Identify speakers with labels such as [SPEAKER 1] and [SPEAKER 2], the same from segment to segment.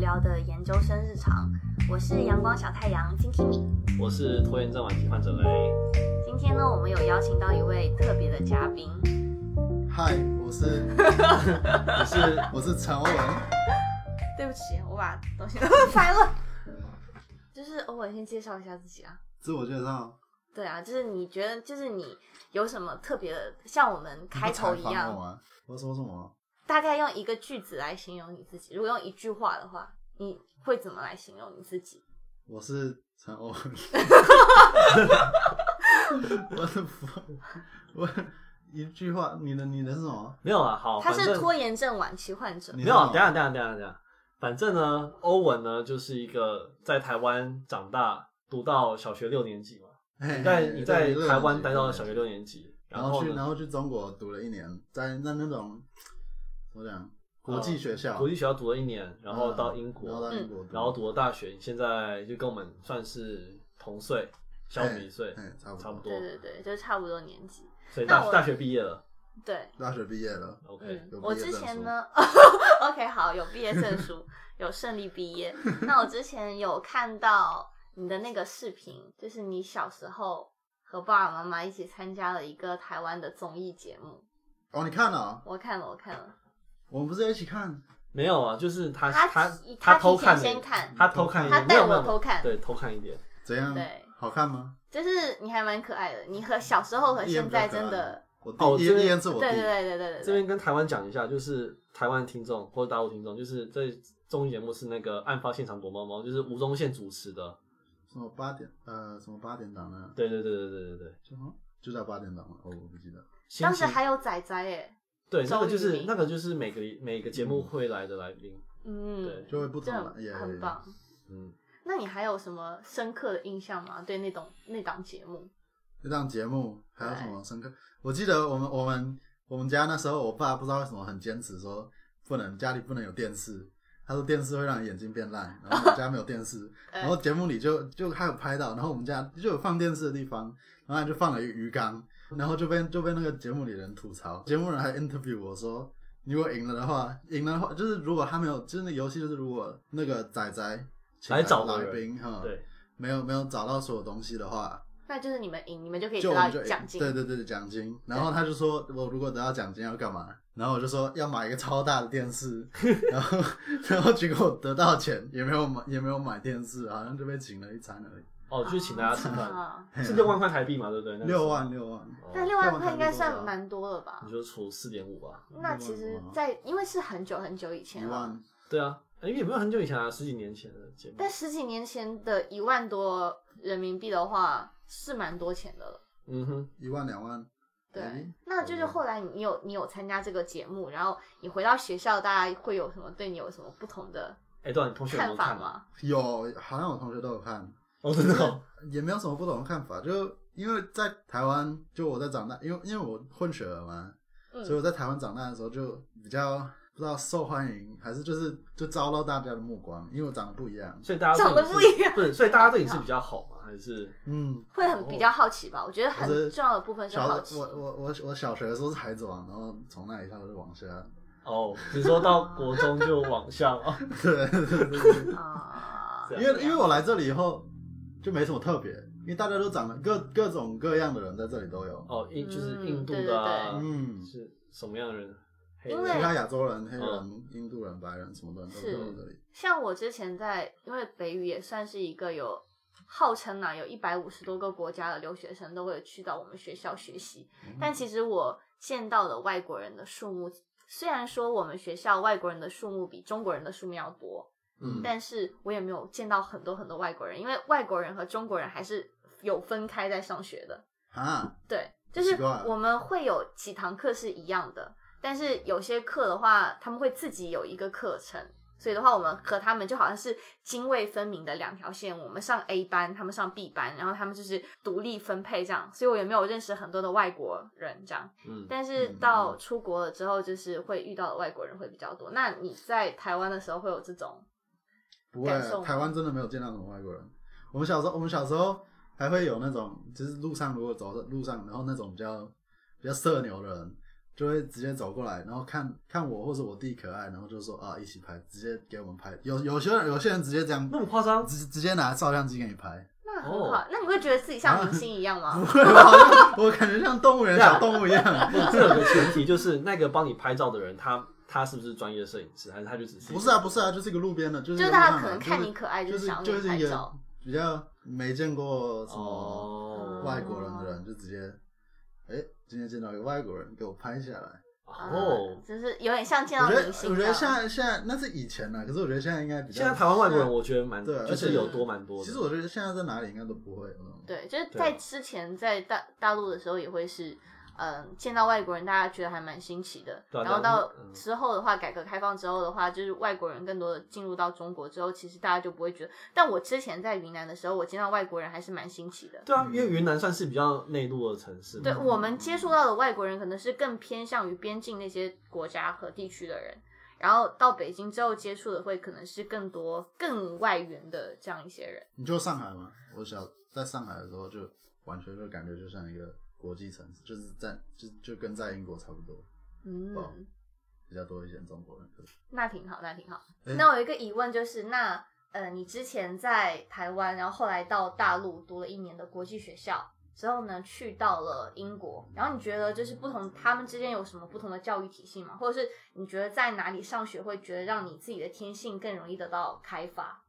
[SPEAKER 1] 聊的研究生日常，我是阳光小太阳金 Kimi。
[SPEAKER 2] 我是拖延症晚期患者 A，
[SPEAKER 1] 今天呢，我们有邀请到一位特别的嘉宾，
[SPEAKER 3] 嗨，我是
[SPEAKER 2] 你是
[SPEAKER 3] 我是陈欧文，
[SPEAKER 1] 对不起，我把东西都翻了。 就是欧文先介绍一下自己啊。
[SPEAKER 3] 自我介绍。
[SPEAKER 1] 对啊，就是你觉得，就是你有什么特别的，像我们开头一
[SPEAKER 3] 你不采访
[SPEAKER 1] 样，
[SPEAKER 3] 我啊，我说什么？
[SPEAKER 1] 大概用一个句子来形容你自己。如果用一句话的话，你会怎么来形容你自己？
[SPEAKER 3] 我是陈欧文。我的不，我一句话，你的你的是什么？
[SPEAKER 2] 没有啊，好，
[SPEAKER 1] 他
[SPEAKER 2] 反
[SPEAKER 1] 是
[SPEAKER 2] 正
[SPEAKER 1] 拖延症晚期患者
[SPEAKER 3] 哦你，
[SPEAKER 2] 没有啊，
[SPEAKER 3] 是
[SPEAKER 2] 等一下等一下等一下等一下，反正呢，欧文呢就是一个在台湾长大，读到小学六年级嘛，
[SPEAKER 3] 嘿
[SPEAKER 2] 你在
[SPEAKER 3] 嘿
[SPEAKER 2] 你在
[SPEAKER 3] 对
[SPEAKER 2] 台湾待到小学
[SPEAKER 3] 对
[SPEAKER 2] 六年级，
[SPEAKER 3] 然
[SPEAKER 2] 后
[SPEAKER 3] 后去然
[SPEAKER 2] 呢，
[SPEAKER 3] 后去中国读了一年，在在那种怎么讲国际学校，
[SPEAKER 2] 啊
[SPEAKER 3] 嗯
[SPEAKER 2] 国际学校读了一年，然后到英
[SPEAKER 3] 啊然后
[SPEAKER 2] 国
[SPEAKER 3] 到，英国
[SPEAKER 1] 嗯
[SPEAKER 3] 读，
[SPEAKER 2] 然后读了大学，你现在就跟我们算是同岁，小我们一岁，
[SPEAKER 3] 哎，差不
[SPEAKER 2] 差不多
[SPEAKER 1] 对，对对，就是差不多年纪。
[SPEAKER 2] 所以
[SPEAKER 1] 那
[SPEAKER 2] 大
[SPEAKER 1] 我
[SPEAKER 2] 大学毕业了
[SPEAKER 1] 对，
[SPEAKER 3] 大学毕业了，
[SPEAKER 2] ，OK，
[SPEAKER 1] 嗯
[SPEAKER 3] 有，
[SPEAKER 1] 我
[SPEAKER 3] 毕业
[SPEAKER 1] 之
[SPEAKER 3] 证
[SPEAKER 1] 前
[SPEAKER 3] 书
[SPEAKER 1] 呢，OK，好，有毕业证书，有顺利毕 业。那我之前有看到你的那个视频，就是你小时候和爸爸妈妈一起参加了一个台湾的综艺节目，
[SPEAKER 3] 哦，你看了，
[SPEAKER 1] 我看了，我看了，
[SPEAKER 3] 我们不是一起看？
[SPEAKER 2] 没有啊，就是他
[SPEAKER 1] 他
[SPEAKER 2] 他
[SPEAKER 1] 提他
[SPEAKER 2] 他
[SPEAKER 1] 提
[SPEAKER 2] 偷看
[SPEAKER 1] 前先
[SPEAKER 2] 的，
[SPEAKER 1] 看
[SPEAKER 2] 他偷看一
[SPEAKER 1] 他
[SPEAKER 2] 点，没
[SPEAKER 1] 带
[SPEAKER 2] 有没
[SPEAKER 1] 我
[SPEAKER 2] 有，
[SPEAKER 1] 偷看，
[SPEAKER 2] 对，偷看一点。
[SPEAKER 3] 怎样？
[SPEAKER 1] 对
[SPEAKER 3] 好看吗？
[SPEAKER 1] 就是你还蛮可爱的，你和小时候和
[SPEAKER 3] 一眼
[SPEAKER 1] 现
[SPEAKER 3] 比较
[SPEAKER 1] 在
[SPEAKER 3] 可爱啊
[SPEAKER 1] 真的，
[SPEAKER 3] 我弟
[SPEAKER 2] 哦
[SPEAKER 3] 一
[SPEAKER 2] 这边
[SPEAKER 3] 一言是我
[SPEAKER 1] 对
[SPEAKER 3] 弟，
[SPEAKER 1] 对对对对
[SPEAKER 2] 这
[SPEAKER 1] 对
[SPEAKER 2] 边跟台湾讲一下，就是台湾听众或者大陆听众，就是这综艺节目是那个案发现场躲猫猫，就是吴宗宪主持的。
[SPEAKER 3] 什么八点呃什么八点档呢？
[SPEAKER 2] 对对对对对对对，
[SPEAKER 3] 什么就叫八点档吗？哦，我不记得。
[SPEAKER 1] 当时
[SPEAKER 2] 星期
[SPEAKER 1] 还有仔仔耶，
[SPEAKER 2] 对那个就
[SPEAKER 1] 周渝
[SPEAKER 2] 是
[SPEAKER 1] 民
[SPEAKER 2] 那个就是每个每个节目会来的来宾，对
[SPEAKER 1] 嗯，
[SPEAKER 3] 就会不同
[SPEAKER 1] 这
[SPEAKER 3] 了，也
[SPEAKER 1] 很很棒。
[SPEAKER 2] 嗯，
[SPEAKER 1] 那你还有什么深刻的印象吗？对那种那档节目，
[SPEAKER 3] 那档节目还有什么深刻？我记得我们我们我们家那时候，我爸不知道为什么很坚持说不能家里不能有电视，他说电视会让眼睛变烂，然后我们家没有电视，
[SPEAKER 1] 呃
[SPEAKER 3] 然后节目里就就还有拍到，然后我们家就有放电视的地方，然后他就放了一个鱼缸，然后就被就被那个节目里人吐槽，节目人还 interview 我说，你如果赢了的话，赢了的话就是如果他没有，就是那个游戏就是如果那个仔仔请
[SPEAKER 2] 来找的
[SPEAKER 3] 来
[SPEAKER 2] 人
[SPEAKER 3] 宾哈，
[SPEAKER 2] 对，
[SPEAKER 1] 嗯
[SPEAKER 3] 没有没有找到所有东西的话，
[SPEAKER 1] 那就是你们赢，你们就可以
[SPEAKER 3] 就
[SPEAKER 1] 得
[SPEAKER 3] 我
[SPEAKER 1] 到
[SPEAKER 3] 们就
[SPEAKER 1] 奖金。
[SPEAKER 3] 对对对，奖金。然后他就说，我如果得到奖金要干嘛？然后我就说要买一个超大的 电视，然后然后结果我得到钱也没有买，也没有买电视，好像就被请了一餐而已，
[SPEAKER 2] 哦，就是请大家吃饭，
[SPEAKER 1] 啊。
[SPEAKER 3] 哦
[SPEAKER 2] 是六万块台币嘛，对不对？那个时候
[SPEAKER 3] 六，万六万。
[SPEAKER 2] 哦
[SPEAKER 1] 但六万块应该算蛮多了吧
[SPEAKER 2] 你？就除四点五吧。
[SPEAKER 1] 那其实在，因为是很久很久以
[SPEAKER 3] 一
[SPEAKER 1] 前了，
[SPEAKER 3] 万，
[SPEAKER 2] 对啊，哎，也没有很久以前啊，十几年前的节目。
[SPEAKER 1] 但十几年前的一万多人民币的话，是蛮多钱的了。
[SPEAKER 2] 嗯哼，
[SPEAKER 3] 一万两万，
[SPEAKER 1] 对
[SPEAKER 3] 诶，
[SPEAKER 1] 那就是
[SPEAKER 3] 哦
[SPEAKER 1] 后来你有你有参加这个节目，然后你回到学校，大家会有什么对你有什么不同的
[SPEAKER 2] 哎，对啊，你同学有没
[SPEAKER 1] 看
[SPEAKER 2] 有
[SPEAKER 1] 法
[SPEAKER 2] 看啊？
[SPEAKER 1] 吗？
[SPEAKER 3] 有，好像我同学都 有看，
[SPEAKER 2] 哦，真的哦，
[SPEAKER 3] 也没有什么不同的看法，就因为在台湾，就我在长大，因为因为我混血儿嘛，所以
[SPEAKER 1] 嗯，
[SPEAKER 3] 我在台湾长大的时候就比较不知道受欢迎，还是就是就遭到大家的目光，因为我长得不一样。
[SPEAKER 2] 所以大家
[SPEAKER 1] 长得
[SPEAKER 2] 对你
[SPEAKER 1] 不
[SPEAKER 2] 是
[SPEAKER 1] 一样
[SPEAKER 2] 不是，所以大家对你是比较好吗？还是
[SPEAKER 3] 嗯，
[SPEAKER 1] 会很比较好奇吧？我觉得很
[SPEAKER 3] 我是
[SPEAKER 1] 重要的部分是
[SPEAKER 3] 小
[SPEAKER 1] 好
[SPEAKER 3] 我
[SPEAKER 1] 奇。
[SPEAKER 3] 我我我小学的时候是孩子王，然后从那一下就往下，
[SPEAKER 2] 哦，只说到国中就往下哦了。
[SPEAKER 3] 对，对对对对
[SPEAKER 1] 啊，
[SPEAKER 3] 因为因为我来这里以后就没什么特别，因为大家都长得各各种各样的人在这里都有，
[SPEAKER 2] 哦，印就是
[SPEAKER 1] 嗯
[SPEAKER 2] 印度的、啊，
[SPEAKER 1] 对
[SPEAKER 3] 嗯，其
[SPEAKER 2] 是什么样的人？黑
[SPEAKER 1] 因为
[SPEAKER 2] 人
[SPEAKER 3] 他亚洲人、黑人、印度人、白人什么的人都
[SPEAKER 1] 哦是
[SPEAKER 3] 都有这里，
[SPEAKER 1] 像我之前在，因为北语也算是一个有号称啊有一百五十多个国家的留学生都会去到我们学校学习，
[SPEAKER 3] 嗯
[SPEAKER 1] 但其实我见到的外国人的数目，虽然说我们学校外国人的数目比中国人的数目要多，
[SPEAKER 2] 嗯
[SPEAKER 1] 但是我也没有见到很多很多外国人，因为外国人和中国人还是有分开在上学的。
[SPEAKER 3] 啊，
[SPEAKER 1] 对，就是
[SPEAKER 3] 奇怪
[SPEAKER 1] 我们会有几堂课是一样的，但是有些课的话，他们会自己有一个课程，所以的话，我们和他们就好像是泾渭分明的两条线，我们上 A 班，他们上 B 班，然后他们就是独立分配这样，所以我也没有认识很多的外国人这样。
[SPEAKER 2] 嗯，
[SPEAKER 1] 但是
[SPEAKER 3] 嗯
[SPEAKER 1] 到出国了之后，就是会遇到的外国人会比较多。那你在台湾的时候会有这种？
[SPEAKER 3] 不会
[SPEAKER 1] 感受，吗
[SPEAKER 3] 台湾真的没有见到什么外国人。我们小时候，我们小时候还会有那种，就是路上如果走在路上，然后那种比较比较社牛的人，就会直接走过来，然后看看我或者我弟可爱，然后就说啊一起拍，直接给我们拍。有有些人有些人直接这样，
[SPEAKER 2] 那么夸张？
[SPEAKER 3] 直直接拿照相机给你拍，
[SPEAKER 1] 那很好。
[SPEAKER 3] 哦
[SPEAKER 1] 那你会觉得自己像明星一样
[SPEAKER 3] 不
[SPEAKER 1] 吗？
[SPEAKER 3] 会吧？我感觉像动物园小动物一样。
[SPEAKER 1] 啊
[SPEAKER 2] 不，这有个前提就是那个帮你拍照的人，他他是不是专业摄影师，还是他就只是一个
[SPEAKER 3] 不是啊，不是啊，就是一个路边的，就是
[SPEAKER 1] 就是
[SPEAKER 3] 慢
[SPEAKER 1] 大
[SPEAKER 3] 慢
[SPEAKER 1] 家可能看你可爱，
[SPEAKER 3] 就是是
[SPEAKER 1] 想
[SPEAKER 3] 就
[SPEAKER 1] 让你
[SPEAKER 3] 是一
[SPEAKER 1] 拍
[SPEAKER 3] 个
[SPEAKER 1] 照。
[SPEAKER 3] 比较没见过什么
[SPEAKER 2] 哦
[SPEAKER 3] 外国人的人，就直接哎、今天见到一个外国人，给我拍下来。
[SPEAKER 2] 哦
[SPEAKER 1] 嗯，就是有点像见
[SPEAKER 3] 我
[SPEAKER 1] 到
[SPEAKER 3] 觉得
[SPEAKER 1] 明星
[SPEAKER 3] 我
[SPEAKER 1] 这
[SPEAKER 3] 觉
[SPEAKER 1] 样。
[SPEAKER 3] 得现在现在那是以前啊了，可是我觉得现在应该比较
[SPEAKER 2] 现在台湾外国人我觉得蛮
[SPEAKER 3] 对，而
[SPEAKER 2] 就
[SPEAKER 3] 且
[SPEAKER 2] 是有多蛮多的。
[SPEAKER 3] 其实我觉得现在在哪里应该都不会有那种。
[SPEAKER 1] 对，就是
[SPEAKER 2] 对
[SPEAKER 1] 在之前在大大陆的时候也会是，嗯，见到外国人大家觉得还蛮新奇的。
[SPEAKER 2] 对啊
[SPEAKER 1] 然后
[SPEAKER 2] 然后
[SPEAKER 1] 到
[SPEAKER 2] 嗯
[SPEAKER 1] 之后的话，改革开放之后的话，就是外国人更多的进入到中国之后，其实大家就不会觉得。但我之前在云南的时候，我见到外国人还是蛮新奇的。
[SPEAKER 2] 对啊，因为云南算是比较内陆的城市嘛，
[SPEAKER 1] 对我们接触到的外国人，可能是更偏向于边境那些国家和地区的人，然后到北京之后接触的会可能是更多更外援的这样一些人。
[SPEAKER 3] 你就上海嘛，我小在上海的时候就完全就感觉就像一个国际城市，就是在就就跟在英国差不多，哦
[SPEAKER 1] 嗯，
[SPEAKER 3] 比较多一些中国人。可是
[SPEAKER 1] 那挺好，那挺好。
[SPEAKER 3] 诶
[SPEAKER 1] 那我有一个疑问就是，那呃，你之前在台湾，然后后来到大陆读了一年的国际学校之后呢，去到了英国，然后你觉得就是不同他们之间有什么不同的教育体系吗？或者是你觉得在哪里上学会觉得让你自己的天性更容易得到开发？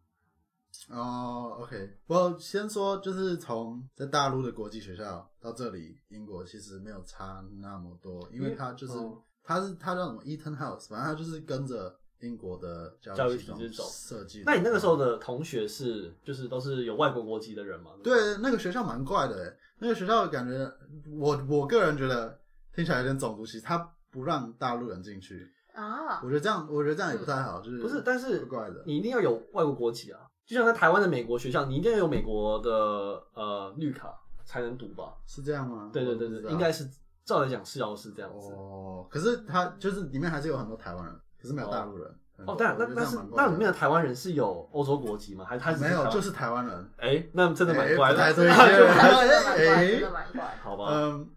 [SPEAKER 3] 哦、o k 我先说，就是从在大陆的国际学校到这里英国，其实没有差那么多，因为它就是、
[SPEAKER 2] 嗯
[SPEAKER 3] 它是它叫什么 Eton House，反正它就是跟着英国的
[SPEAKER 2] 教
[SPEAKER 3] 教
[SPEAKER 2] 育
[SPEAKER 3] 育
[SPEAKER 2] 体
[SPEAKER 3] 系
[SPEAKER 2] 制
[SPEAKER 3] 统
[SPEAKER 2] 走
[SPEAKER 3] 设计的。
[SPEAKER 2] 那你那个时候的同学是就是都是有外国国籍的人吗？不，
[SPEAKER 3] 对那个学校蛮怪的欸，那个学校感觉我我个人觉得听起来有点种族歧视，它不让大陆人进去，
[SPEAKER 1] 啊
[SPEAKER 3] 我觉得这样我觉得这样也不太好，就是
[SPEAKER 2] 不是，但是
[SPEAKER 3] 嗯怪怪的。
[SPEAKER 2] 你一定要有外国国籍啊，就像在台湾的美国学校，你一定要有美国的呃绿卡才能读吧？
[SPEAKER 3] 是这样吗？
[SPEAKER 2] 对对
[SPEAKER 3] 我
[SPEAKER 2] 对
[SPEAKER 3] 不知
[SPEAKER 2] 对，
[SPEAKER 3] 道
[SPEAKER 2] 应该是照来讲是要是这样子。
[SPEAKER 3] 哦，可是他就是里面还是有很多台湾人，可是没有大陆人。嗯
[SPEAKER 2] 哦，但那
[SPEAKER 3] 我觉得
[SPEAKER 2] 那
[SPEAKER 3] 这样
[SPEAKER 2] 是
[SPEAKER 3] 蛮怪
[SPEAKER 2] 那
[SPEAKER 3] 的
[SPEAKER 2] 里面的台湾人是有欧洲国籍吗？还是他只
[SPEAKER 3] 没有，就是是台湾人。
[SPEAKER 2] 台湾哎，那真的蛮怪的，
[SPEAKER 3] 哎不太对
[SPEAKER 2] 那就
[SPEAKER 1] 真的啊蛮怪
[SPEAKER 3] 哎
[SPEAKER 1] 真的蛮怪。
[SPEAKER 2] 好吧？
[SPEAKER 3] 嗯，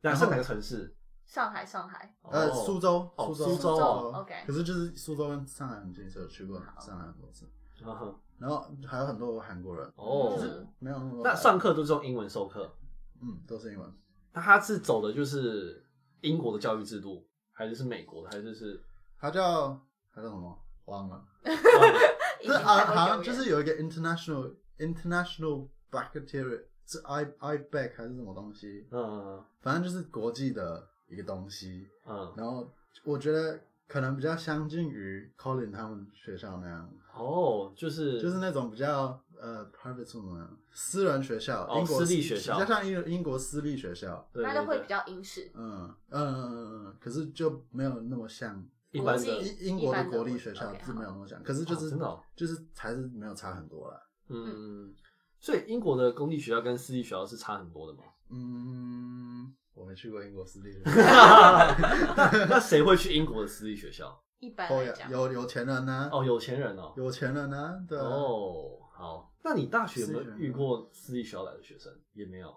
[SPEAKER 2] 那
[SPEAKER 3] 然
[SPEAKER 2] 是
[SPEAKER 3] 后
[SPEAKER 2] 哪个城市？
[SPEAKER 1] 上海，上海，
[SPEAKER 3] 呃，
[SPEAKER 2] 哦
[SPEAKER 3] 苏州，
[SPEAKER 2] 哦
[SPEAKER 3] 苏州，
[SPEAKER 2] 苏州
[SPEAKER 1] 哦 OK
[SPEAKER 3] 可是就是苏州跟上海很近，所以我去过上海很多次。
[SPEAKER 2] 啊哈
[SPEAKER 3] 然后还有很多韩国人，
[SPEAKER 2] 哦
[SPEAKER 3] 可是
[SPEAKER 1] 嗯
[SPEAKER 3] 没有那么多台
[SPEAKER 2] 那
[SPEAKER 3] 湾人。
[SPEAKER 2] 上课都是用英文授课，
[SPEAKER 3] 嗯都是英文。
[SPEAKER 2] 那他是走的就是英国的教育制度，还是是美国的，还是 是？
[SPEAKER 3] 他叫他叫什么？忘了。
[SPEAKER 2] 嗯
[SPEAKER 1] 已
[SPEAKER 3] 这
[SPEAKER 1] 经
[SPEAKER 3] 啊，
[SPEAKER 1] 太过
[SPEAKER 3] 好
[SPEAKER 1] 久
[SPEAKER 3] 像就
[SPEAKER 1] 远
[SPEAKER 3] 是有一个 international international bacteria 是 i i back 还是什么东西，
[SPEAKER 2] 嗯
[SPEAKER 3] 反正就是国际的一个东西。
[SPEAKER 2] 嗯，
[SPEAKER 3] 然后我觉得可能比较相近于 Colin 他们学校那样，
[SPEAKER 2] 哦，就是
[SPEAKER 3] 就是那种比较呃 private school 那样私人学校，
[SPEAKER 2] 哦
[SPEAKER 3] 英国
[SPEAKER 2] 私立学校
[SPEAKER 3] 比较像英英国私立学校。
[SPEAKER 2] 对
[SPEAKER 1] 那
[SPEAKER 2] 对
[SPEAKER 1] 就会
[SPEAKER 2] 对
[SPEAKER 1] 比，较英式。
[SPEAKER 3] 嗯嗯嗯嗯嗯，可是就没有那么像
[SPEAKER 2] 一般
[SPEAKER 1] 国
[SPEAKER 2] 的
[SPEAKER 1] 际
[SPEAKER 3] 英英国
[SPEAKER 1] 一
[SPEAKER 3] 的
[SPEAKER 1] 般的
[SPEAKER 3] 国立学校
[SPEAKER 1] OK，好
[SPEAKER 3] 是没有那么像，可是就
[SPEAKER 2] 哦
[SPEAKER 3] 是
[SPEAKER 2] 真的哦
[SPEAKER 3] 就是还是没有差很多啦。
[SPEAKER 2] 嗯，所以英国的公立学校跟私立学校是差很多的 嘛？
[SPEAKER 3] 嗯，我没去过英国私立学
[SPEAKER 2] 那那谁会去英国的私立学校？
[SPEAKER 1] 一般来
[SPEAKER 3] 校，
[SPEAKER 1] 讲，
[SPEAKER 3] 哦有有钱人呢、
[SPEAKER 2] 哦，有钱人哦。
[SPEAKER 3] 有钱人呢、对啊、
[SPEAKER 2] 哦，好，那你大学有没
[SPEAKER 3] 私立
[SPEAKER 2] 有
[SPEAKER 3] 人
[SPEAKER 2] 遇过私立学校来的学生？也没有。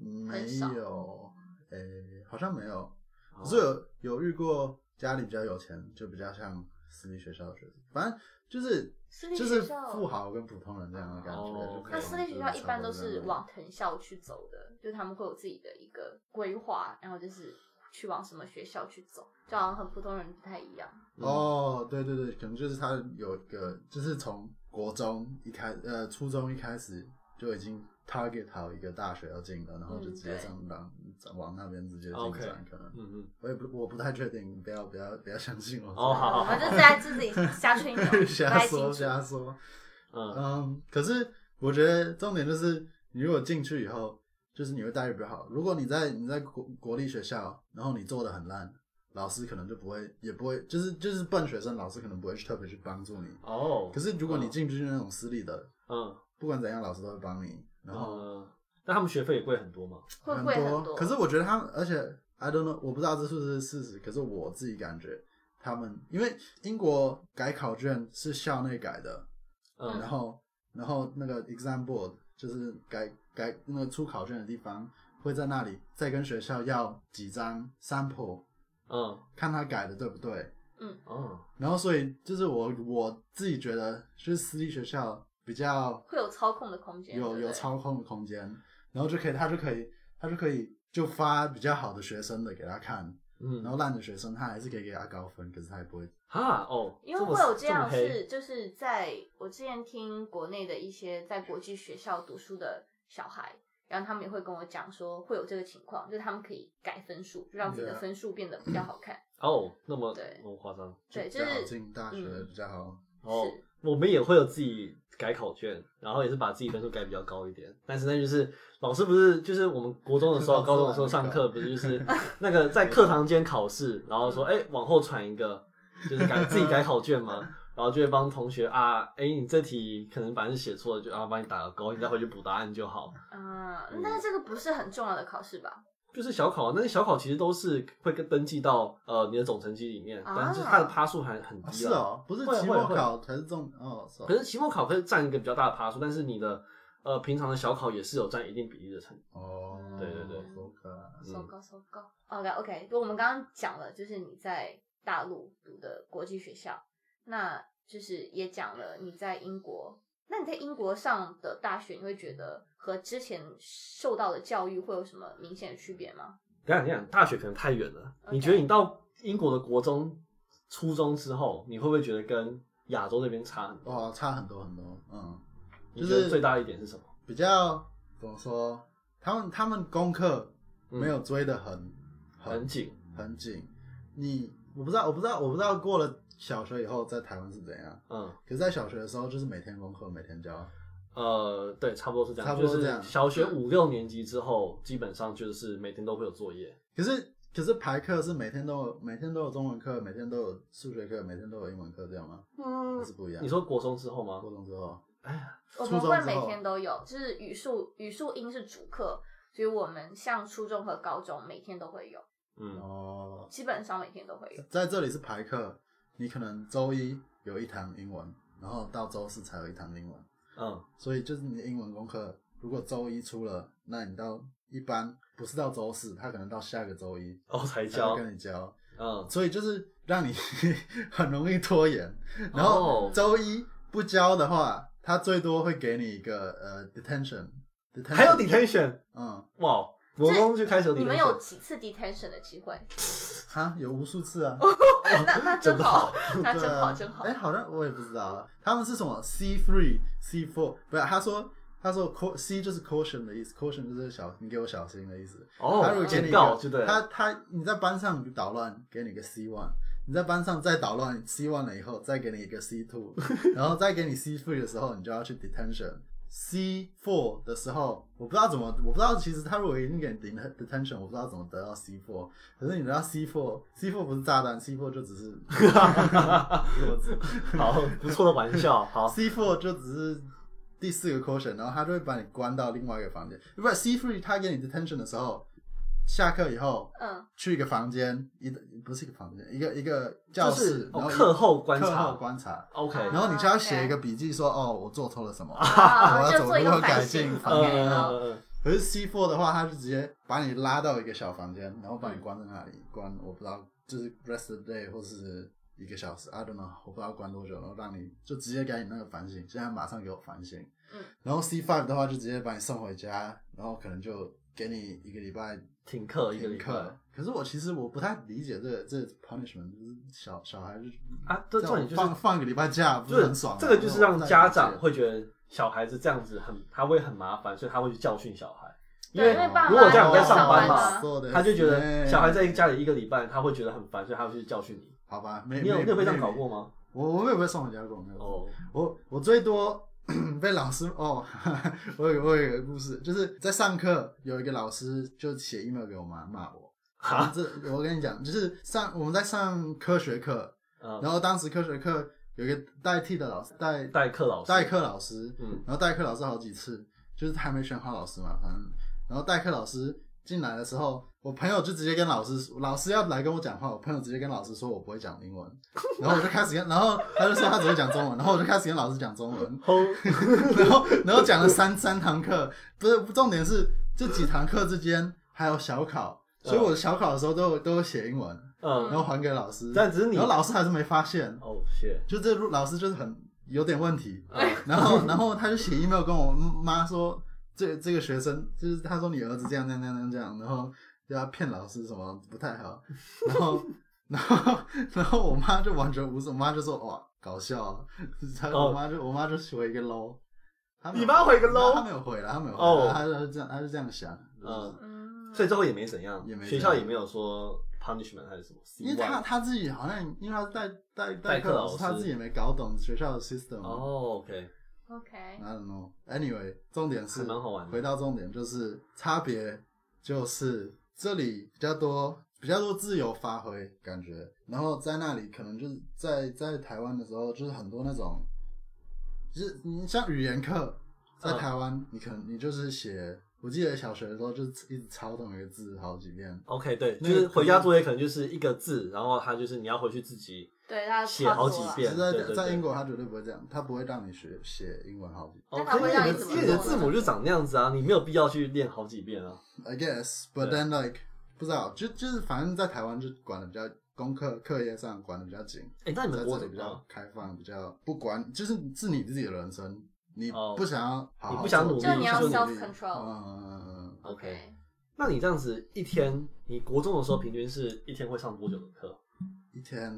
[SPEAKER 3] 嗯没
[SPEAKER 1] 少
[SPEAKER 3] 有，诶、好像没有，
[SPEAKER 2] 哦
[SPEAKER 3] 可是有有遇过家里比较有钱，就比较像私立学校的学生，反正就是
[SPEAKER 1] 私立
[SPEAKER 3] 就是
[SPEAKER 1] 学校
[SPEAKER 3] 富豪跟普通人这样的感觉。
[SPEAKER 2] 哦
[SPEAKER 3] 就可以
[SPEAKER 1] 那私立学校一般都
[SPEAKER 3] 差不多这
[SPEAKER 1] 是
[SPEAKER 3] 样
[SPEAKER 1] 往藤校去走的，就他们会有自己的一个规划，然后就是去往什么学校去走，就好像和普通人不太一样。
[SPEAKER 2] 嗯
[SPEAKER 3] 哦，对对对，可能就是他有一个，就是从国中一开，呃，初中一开始就已经 target 好一个大学要进了，然后就
[SPEAKER 1] 嗯
[SPEAKER 3] 直接
[SPEAKER 1] 对
[SPEAKER 3] 上往往那边直接进
[SPEAKER 2] OK
[SPEAKER 3] 展，可能
[SPEAKER 2] 嗯嗯，
[SPEAKER 3] 我也不我不太确定，不要不要不要相信我。
[SPEAKER 2] 哦好
[SPEAKER 1] 我们就在自己瞎吹牛，不
[SPEAKER 3] 瞎
[SPEAKER 1] 太
[SPEAKER 3] 说
[SPEAKER 1] 清楚。
[SPEAKER 3] 瞎说。
[SPEAKER 2] 嗯，
[SPEAKER 3] 嗯，可是我觉得重点就是，你如果进去以后，就是你会待遇比较好。如果你在你在国国立学校，然后你做的很烂，老师可能就不会，也不会，就是就是笨学生，老师可能不会去特别去帮助你。
[SPEAKER 2] 哦，
[SPEAKER 3] 可是如果你进去那种私立的，
[SPEAKER 2] 嗯，
[SPEAKER 3] 不管怎样，老师都会帮你，然后
[SPEAKER 2] 嗯，那他们学费也贵很多吗？
[SPEAKER 1] 会不会很
[SPEAKER 3] 可是我觉得他们，而且 I don't know，我不知道这是不是事实，可是我自己感觉他们，因为英国改考卷是校内改的，然
[SPEAKER 2] 嗯，
[SPEAKER 3] 后然后那个 exam board 就是改改那个出考卷的地方，会在那里再跟学校要几张 sample
[SPEAKER 2] 嗯
[SPEAKER 3] 看他改的对不对。
[SPEAKER 2] 哦，
[SPEAKER 3] 然后所以就是我我自己觉得，就是私立学校比较
[SPEAKER 1] 会有操控的空间，对
[SPEAKER 3] 有
[SPEAKER 1] 不
[SPEAKER 3] 有
[SPEAKER 1] 对
[SPEAKER 3] 操控的空间，然后就可以他就可以他就可以就发比较好的学生的给他看，
[SPEAKER 2] 嗯，
[SPEAKER 3] 然后烂的学生他还是可以给他高分，可是他也不会。
[SPEAKER 2] 哈哦，
[SPEAKER 1] 因为
[SPEAKER 2] 这么
[SPEAKER 1] 会有这
[SPEAKER 2] 么
[SPEAKER 1] 样
[SPEAKER 2] 黑
[SPEAKER 1] 是，就是在我之前听国内的一些在国际学校读书的小孩，然后他们也会跟我讲说会有这个情况，就是他们可以改分数，就让自己的
[SPEAKER 3] Yeah
[SPEAKER 1] 分数变得比较好看。
[SPEAKER 2] 哦，那么
[SPEAKER 1] 对
[SPEAKER 2] 那么夸张
[SPEAKER 1] 对，
[SPEAKER 3] 比
[SPEAKER 1] 就
[SPEAKER 3] 较好
[SPEAKER 1] 是
[SPEAKER 3] 进大学
[SPEAKER 1] 嗯
[SPEAKER 3] 比较好，
[SPEAKER 2] 哦
[SPEAKER 1] 是。
[SPEAKER 2] 我们也会有自己改考卷，然后也是把自己分数改比较高一点。但是那就是老师不是就是我们国中的时候、高中的时候上课，不是就是 那个在课堂间考试，然后说哎、往后传一个，就是改自己改考卷嘛， 然后就会帮同学啊，哎、你这题可能反正写错了，就啊帮你打个勾，你再回去补答案就好。
[SPEAKER 1] 啊、
[SPEAKER 2] 嗯
[SPEAKER 1] 但是这个不是很重要的考试吧？
[SPEAKER 2] 就是小考，那些小考其实都是会跟登记到呃你的总成绩里面，
[SPEAKER 1] 啊
[SPEAKER 2] 但是它的趴数还很
[SPEAKER 3] 哦
[SPEAKER 2] 低啊
[SPEAKER 3] 是
[SPEAKER 2] 了。
[SPEAKER 3] 哦，不是
[SPEAKER 2] 会
[SPEAKER 3] 期
[SPEAKER 2] 会
[SPEAKER 3] 末
[SPEAKER 2] 会
[SPEAKER 3] 考才是重哦，是哦
[SPEAKER 2] 可是期末考可以占一个比较大的趴数，但是你的呃平常的小考也是有占一定比例的成。
[SPEAKER 3] 哦，
[SPEAKER 2] 对对对
[SPEAKER 3] 好可爱
[SPEAKER 1] 收高收高。OK OK，我们刚刚讲了，就是你在大陆读的国际学校，那就是也讲了你在英国。那你在英国上的大学，你会觉得和之前受到的教育会有什么明显的区别吗？
[SPEAKER 2] 等一下，你想大学可能太远了
[SPEAKER 1] OK
[SPEAKER 2] 你觉得你到英国的国中、初中之后，你会不会觉得跟亚洲那边差很多？
[SPEAKER 3] 哇，差很多很多，嗯，
[SPEAKER 2] 你觉
[SPEAKER 3] 就
[SPEAKER 2] 得
[SPEAKER 3] 是
[SPEAKER 2] 最大的一点是什么？
[SPEAKER 3] 比较怎么说？他们他们功课没有追得很、
[SPEAKER 2] 嗯很紧，
[SPEAKER 3] 很紧，你我不知道我不知道我不知道过了小学以后在台湾是怎样，
[SPEAKER 2] 嗯，
[SPEAKER 3] 可是在小学的时候就是每天功课每天交，
[SPEAKER 2] 呃，对，差不多是这样，
[SPEAKER 3] 差不多是这样
[SPEAKER 2] 就是小学五六年级之后，基本上就是每天都会有作业。
[SPEAKER 3] 可是可是排课是每天都有每天都有中文课，每天都有数学课，每天都有英文课这样吗？
[SPEAKER 1] 嗯
[SPEAKER 3] 还，是不一样？
[SPEAKER 2] 你说哎国中之后吗？
[SPEAKER 3] 高中之后，
[SPEAKER 1] 我
[SPEAKER 3] 初
[SPEAKER 1] 们
[SPEAKER 3] 中
[SPEAKER 1] 会
[SPEAKER 3] 之
[SPEAKER 1] 每
[SPEAKER 3] 后
[SPEAKER 1] 天都有，就是语数语数英是主课，所以我们像初中和高中每天都会有，
[SPEAKER 2] 嗯，
[SPEAKER 3] 哦，
[SPEAKER 1] 基本上每天都会有。
[SPEAKER 3] 在这里是排课，你可能周一有一堂英文，然后到周四才有一堂英文。
[SPEAKER 2] 嗯，
[SPEAKER 3] 所以就是你的英文功课，如果周一出了，那你到一般不是到周四，他可能到下个周一
[SPEAKER 2] 哦，才
[SPEAKER 3] 才会
[SPEAKER 2] 教，
[SPEAKER 3] 跟你教，
[SPEAKER 2] 嗯，
[SPEAKER 3] 所以就是让你 很容易拖延。然后
[SPEAKER 2] 哦
[SPEAKER 3] 周一不教的话，他最多会给你一个呃 detention，
[SPEAKER 2] 还有 detention，
[SPEAKER 3] 嗯，
[SPEAKER 2] 哇，国中就开始有 detention，
[SPEAKER 1] 你们有几次 detention 的机会？
[SPEAKER 3] 哈，有无数次啊，
[SPEAKER 1] 那那真
[SPEAKER 2] 真
[SPEAKER 1] 好
[SPEAKER 2] 好，
[SPEAKER 1] 那
[SPEAKER 3] 对
[SPEAKER 1] 真
[SPEAKER 3] 啊
[SPEAKER 1] 好，真好
[SPEAKER 3] 哎、。好像我也不知道啊，他们是什么 C three、C four，不是？他说他说 c C 就是 caution 的意思，caution 就是小，你给我小心的意思。
[SPEAKER 2] 哦
[SPEAKER 3] 他如果给你一
[SPEAKER 2] 警告
[SPEAKER 3] 个
[SPEAKER 2] 就对了
[SPEAKER 3] 他他你在班上你捣乱，给你个 C one。你在班上再捣乱，C one 了以后，再给你一个 C two，然后再给你 C three 的时候，你就要去 detention。C four 的时候，我不知道怎么，我不知道其实他如果已经给你 det- detention，我不知道怎么得到 C four。可是你得到 C four，C four 不是炸弹，C four 就只 是 弱智。
[SPEAKER 2] 好不错的玩笑，好，
[SPEAKER 3] C four 就只是第四个 caution，然后他就会把你关到另外一个房间。不是 C three，他给你 detention 的时候，下课以后
[SPEAKER 1] 嗯，
[SPEAKER 3] 去一个房间，一不是一个房间，一个一个教
[SPEAKER 2] 就
[SPEAKER 3] 室
[SPEAKER 2] 是，
[SPEAKER 3] 然
[SPEAKER 2] 哦
[SPEAKER 3] 后一
[SPEAKER 2] 课后观察
[SPEAKER 3] 课后观察，
[SPEAKER 2] OK，
[SPEAKER 1] 啊
[SPEAKER 3] 然后你就要写一个笔记说，哦，我做错了什么， 我
[SPEAKER 1] 啊
[SPEAKER 3] 要
[SPEAKER 1] 就
[SPEAKER 3] 怎
[SPEAKER 1] 做
[SPEAKER 3] 么
[SPEAKER 1] 一
[SPEAKER 3] 如
[SPEAKER 1] 个
[SPEAKER 3] 何
[SPEAKER 1] 反
[SPEAKER 3] 改
[SPEAKER 1] 省
[SPEAKER 3] 进。
[SPEAKER 1] ，OK，
[SPEAKER 3] 嗯
[SPEAKER 1] 好
[SPEAKER 2] 嗯
[SPEAKER 3] 可是 C four 的话，他就直接把你拉到一个小房间，然后把你关在那里，关我不知道，就是 rest of the day 或是一个小时，I don't know，我不知道关多久，然后让你就直接给你那个反省，现在马上给我反省。
[SPEAKER 1] 嗯。
[SPEAKER 3] 然后 C five 的话，就直接把你送回家，然后可能就给你一个礼拜
[SPEAKER 2] 停课一个
[SPEAKER 3] 停
[SPEAKER 2] 礼拜
[SPEAKER 3] 课。可是我其实我不太理解这个这个 punishment，就是小小孩就是
[SPEAKER 2] 啊，这
[SPEAKER 3] 叫
[SPEAKER 2] 重
[SPEAKER 3] 我
[SPEAKER 2] 点就是
[SPEAKER 3] 放放一个礼拜假，不
[SPEAKER 2] 就是
[SPEAKER 3] 很爽吗？啊
[SPEAKER 2] 这个就是让家长
[SPEAKER 3] 会
[SPEAKER 2] 会觉得小孩子这样子很，他会很麻烦，所以他会去教训小孩，因
[SPEAKER 1] 对
[SPEAKER 2] 为
[SPEAKER 1] 因为爸
[SPEAKER 2] 如果家长在上
[SPEAKER 1] 班
[SPEAKER 2] 嘛
[SPEAKER 1] 嘛，
[SPEAKER 2] 他就觉得小孩在家里一个礼拜，他会觉得很烦，所以他会去教训你。
[SPEAKER 3] 好吧，没
[SPEAKER 2] 你有
[SPEAKER 3] 没
[SPEAKER 2] 你有被这样搞过
[SPEAKER 3] 吗？
[SPEAKER 2] 吗？
[SPEAKER 3] 我我有被送回家过，没有。
[SPEAKER 2] 哦，
[SPEAKER 3] 我我最多 被老师哦， 我有我有一个故事，就是在上课有一个老师就写 email 给我妈骂我。然后
[SPEAKER 2] 哈，
[SPEAKER 3] 这我跟你讲，就是上我们在上科学课，
[SPEAKER 2] 嗯，
[SPEAKER 3] 然后当时科学课有一个代替的老师，代
[SPEAKER 2] 代课老师，
[SPEAKER 3] 代，课老师，
[SPEAKER 2] 嗯，
[SPEAKER 3] 然后代课老师好几次，就是还没选好老师嘛，反正，然后代课老师进来的时候，我朋友就直接跟老师，老师要来跟我讲话，我朋友直接跟老师说我不会讲英文，然后我就开始跟，然后他就说他只会讲中文，然后我就开始跟老师讲中文， 然后然后讲了三三堂课，不是重点是这几堂课之间还有小考，所以我小考的时候都有都有写英文，然
[SPEAKER 2] 嗯，
[SPEAKER 3] 后还给老师，
[SPEAKER 2] 但只是你
[SPEAKER 3] 然后老师还是没发现，
[SPEAKER 2] 哦，谢，
[SPEAKER 3] 就这老师就是很有点问题，
[SPEAKER 2] 嗯
[SPEAKER 3] 然后然后他就写 email 跟我妈说，这这个学生就是他说你儿子这样这样这样这样，然后就要骗老师什么不太好，然后 然后然后我妈就完全无视，我妈就说哇搞笑啊， 她
[SPEAKER 2] 哦
[SPEAKER 3] 我妈就我妈就回一个 low，她没有
[SPEAKER 2] 你妈回一个 low？
[SPEAKER 3] 她没有回了，她没有回
[SPEAKER 2] 哦
[SPEAKER 3] 啦，她就是这样，她就这样想，
[SPEAKER 2] 嗯，
[SPEAKER 1] 嗯，
[SPEAKER 2] 所以最后也没怎样，
[SPEAKER 3] 也没怎样
[SPEAKER 2] 学校也没有说 punishment 还是什么
[SPEAKER 3] 因为她
[SPEAKER 2] CY。
[SPEAKER 3] 她自己好像因为她是代代
[SPEAKER 2] 代
[SPEAKER 3] 代
[SPEAKER 2] 课
[SPEAKER 3] 课
[SPEAKER 2] 老
[SPEAKER 3] 老
[SPEAKER 2] 师
[SPEAKER 3] 师，她自己也没搞懂学校的 system
[SPEAKER 2] 哦，OK，
[SPEAKER 1] OK，
[SPEAKER 3] I don't know. Anyway，重点是
[SPEAKER 2] 还蛮好玩的
[SPEAKER 3] 回到重点，就是差别就是这里比较多，比较多自由发挥感觉，然后在那里可能就是在在台湾的时候，就是很多那种，就是你像语言课，在
[SPEAKER 2] 嗯
[SPEAKER 3] 台湾你可能你就是写，我记得小学的时候就是一直抄同一个字好几遍，
[SPEAKER 2] OK，对，就
[SPEAKER 3] 那个
[SPEAKER 2] 是回家作业可能就是一个字，然后他就是你要回去自己
[SPEAKER 1] 对，他
[SPEAKER 2] 写好几
[SPEAKER 3] 其
[SPEAKER 2] 遍
[SPEAKER 3] 实在
[SPEAKER 2] 对对对
[SPEAKER 3] 在英国他绝对不会这样，他不会让你学写英文好几遍。
[SPEAKER 2] 哦，
[SPEAKER 1] 那他
[SPEAKER 2] 可是
[SPEAKER 1] 会
[SPEAKER 2] 因
[SPEAKER 1] 让
[SPEAKER 2] 为
[SPEAKER 1] 你怎么
[SPEAKER 2] 你的因为你的字母就长那样子啊，你没有必要去练好几遍啊。
[SPEAKER 3] I guess, but
[SPEAKER 2] 对
[SPEAKER 3] then like 不知道，就就是反正在台湾就管的比较功课课业上管的比较紧，
[SPEAKER 2] 哎，那你
[SPEAKER 3] 在
[SPEAKER 2] 们国
[SPEAKER 3] 这
[SPEAKER 2] 怎
[SPEAKER 3] 里
[SPEAKER 2] 么
[SPEAKER 3] 比
[SPEAKER 2] 样
[SPEAKER 3] 较？开放，比较不管，就是是你自己的人生，你
[SPEAKER 2] 哦
[SPEAKER 3] 不想要好好做，
[SPEAKER 2] 你不想努力就你要
[SPEAKER 3] 不想努力
[SPEAKER 1] self-control
[SPEAKER 3] 嗯嗯嗯嗯嗯，
[SPEAKER 2] OK 那你这样子一天，你国中的时候平均是一天会上多久的课？
[SPEAKER 3] 一天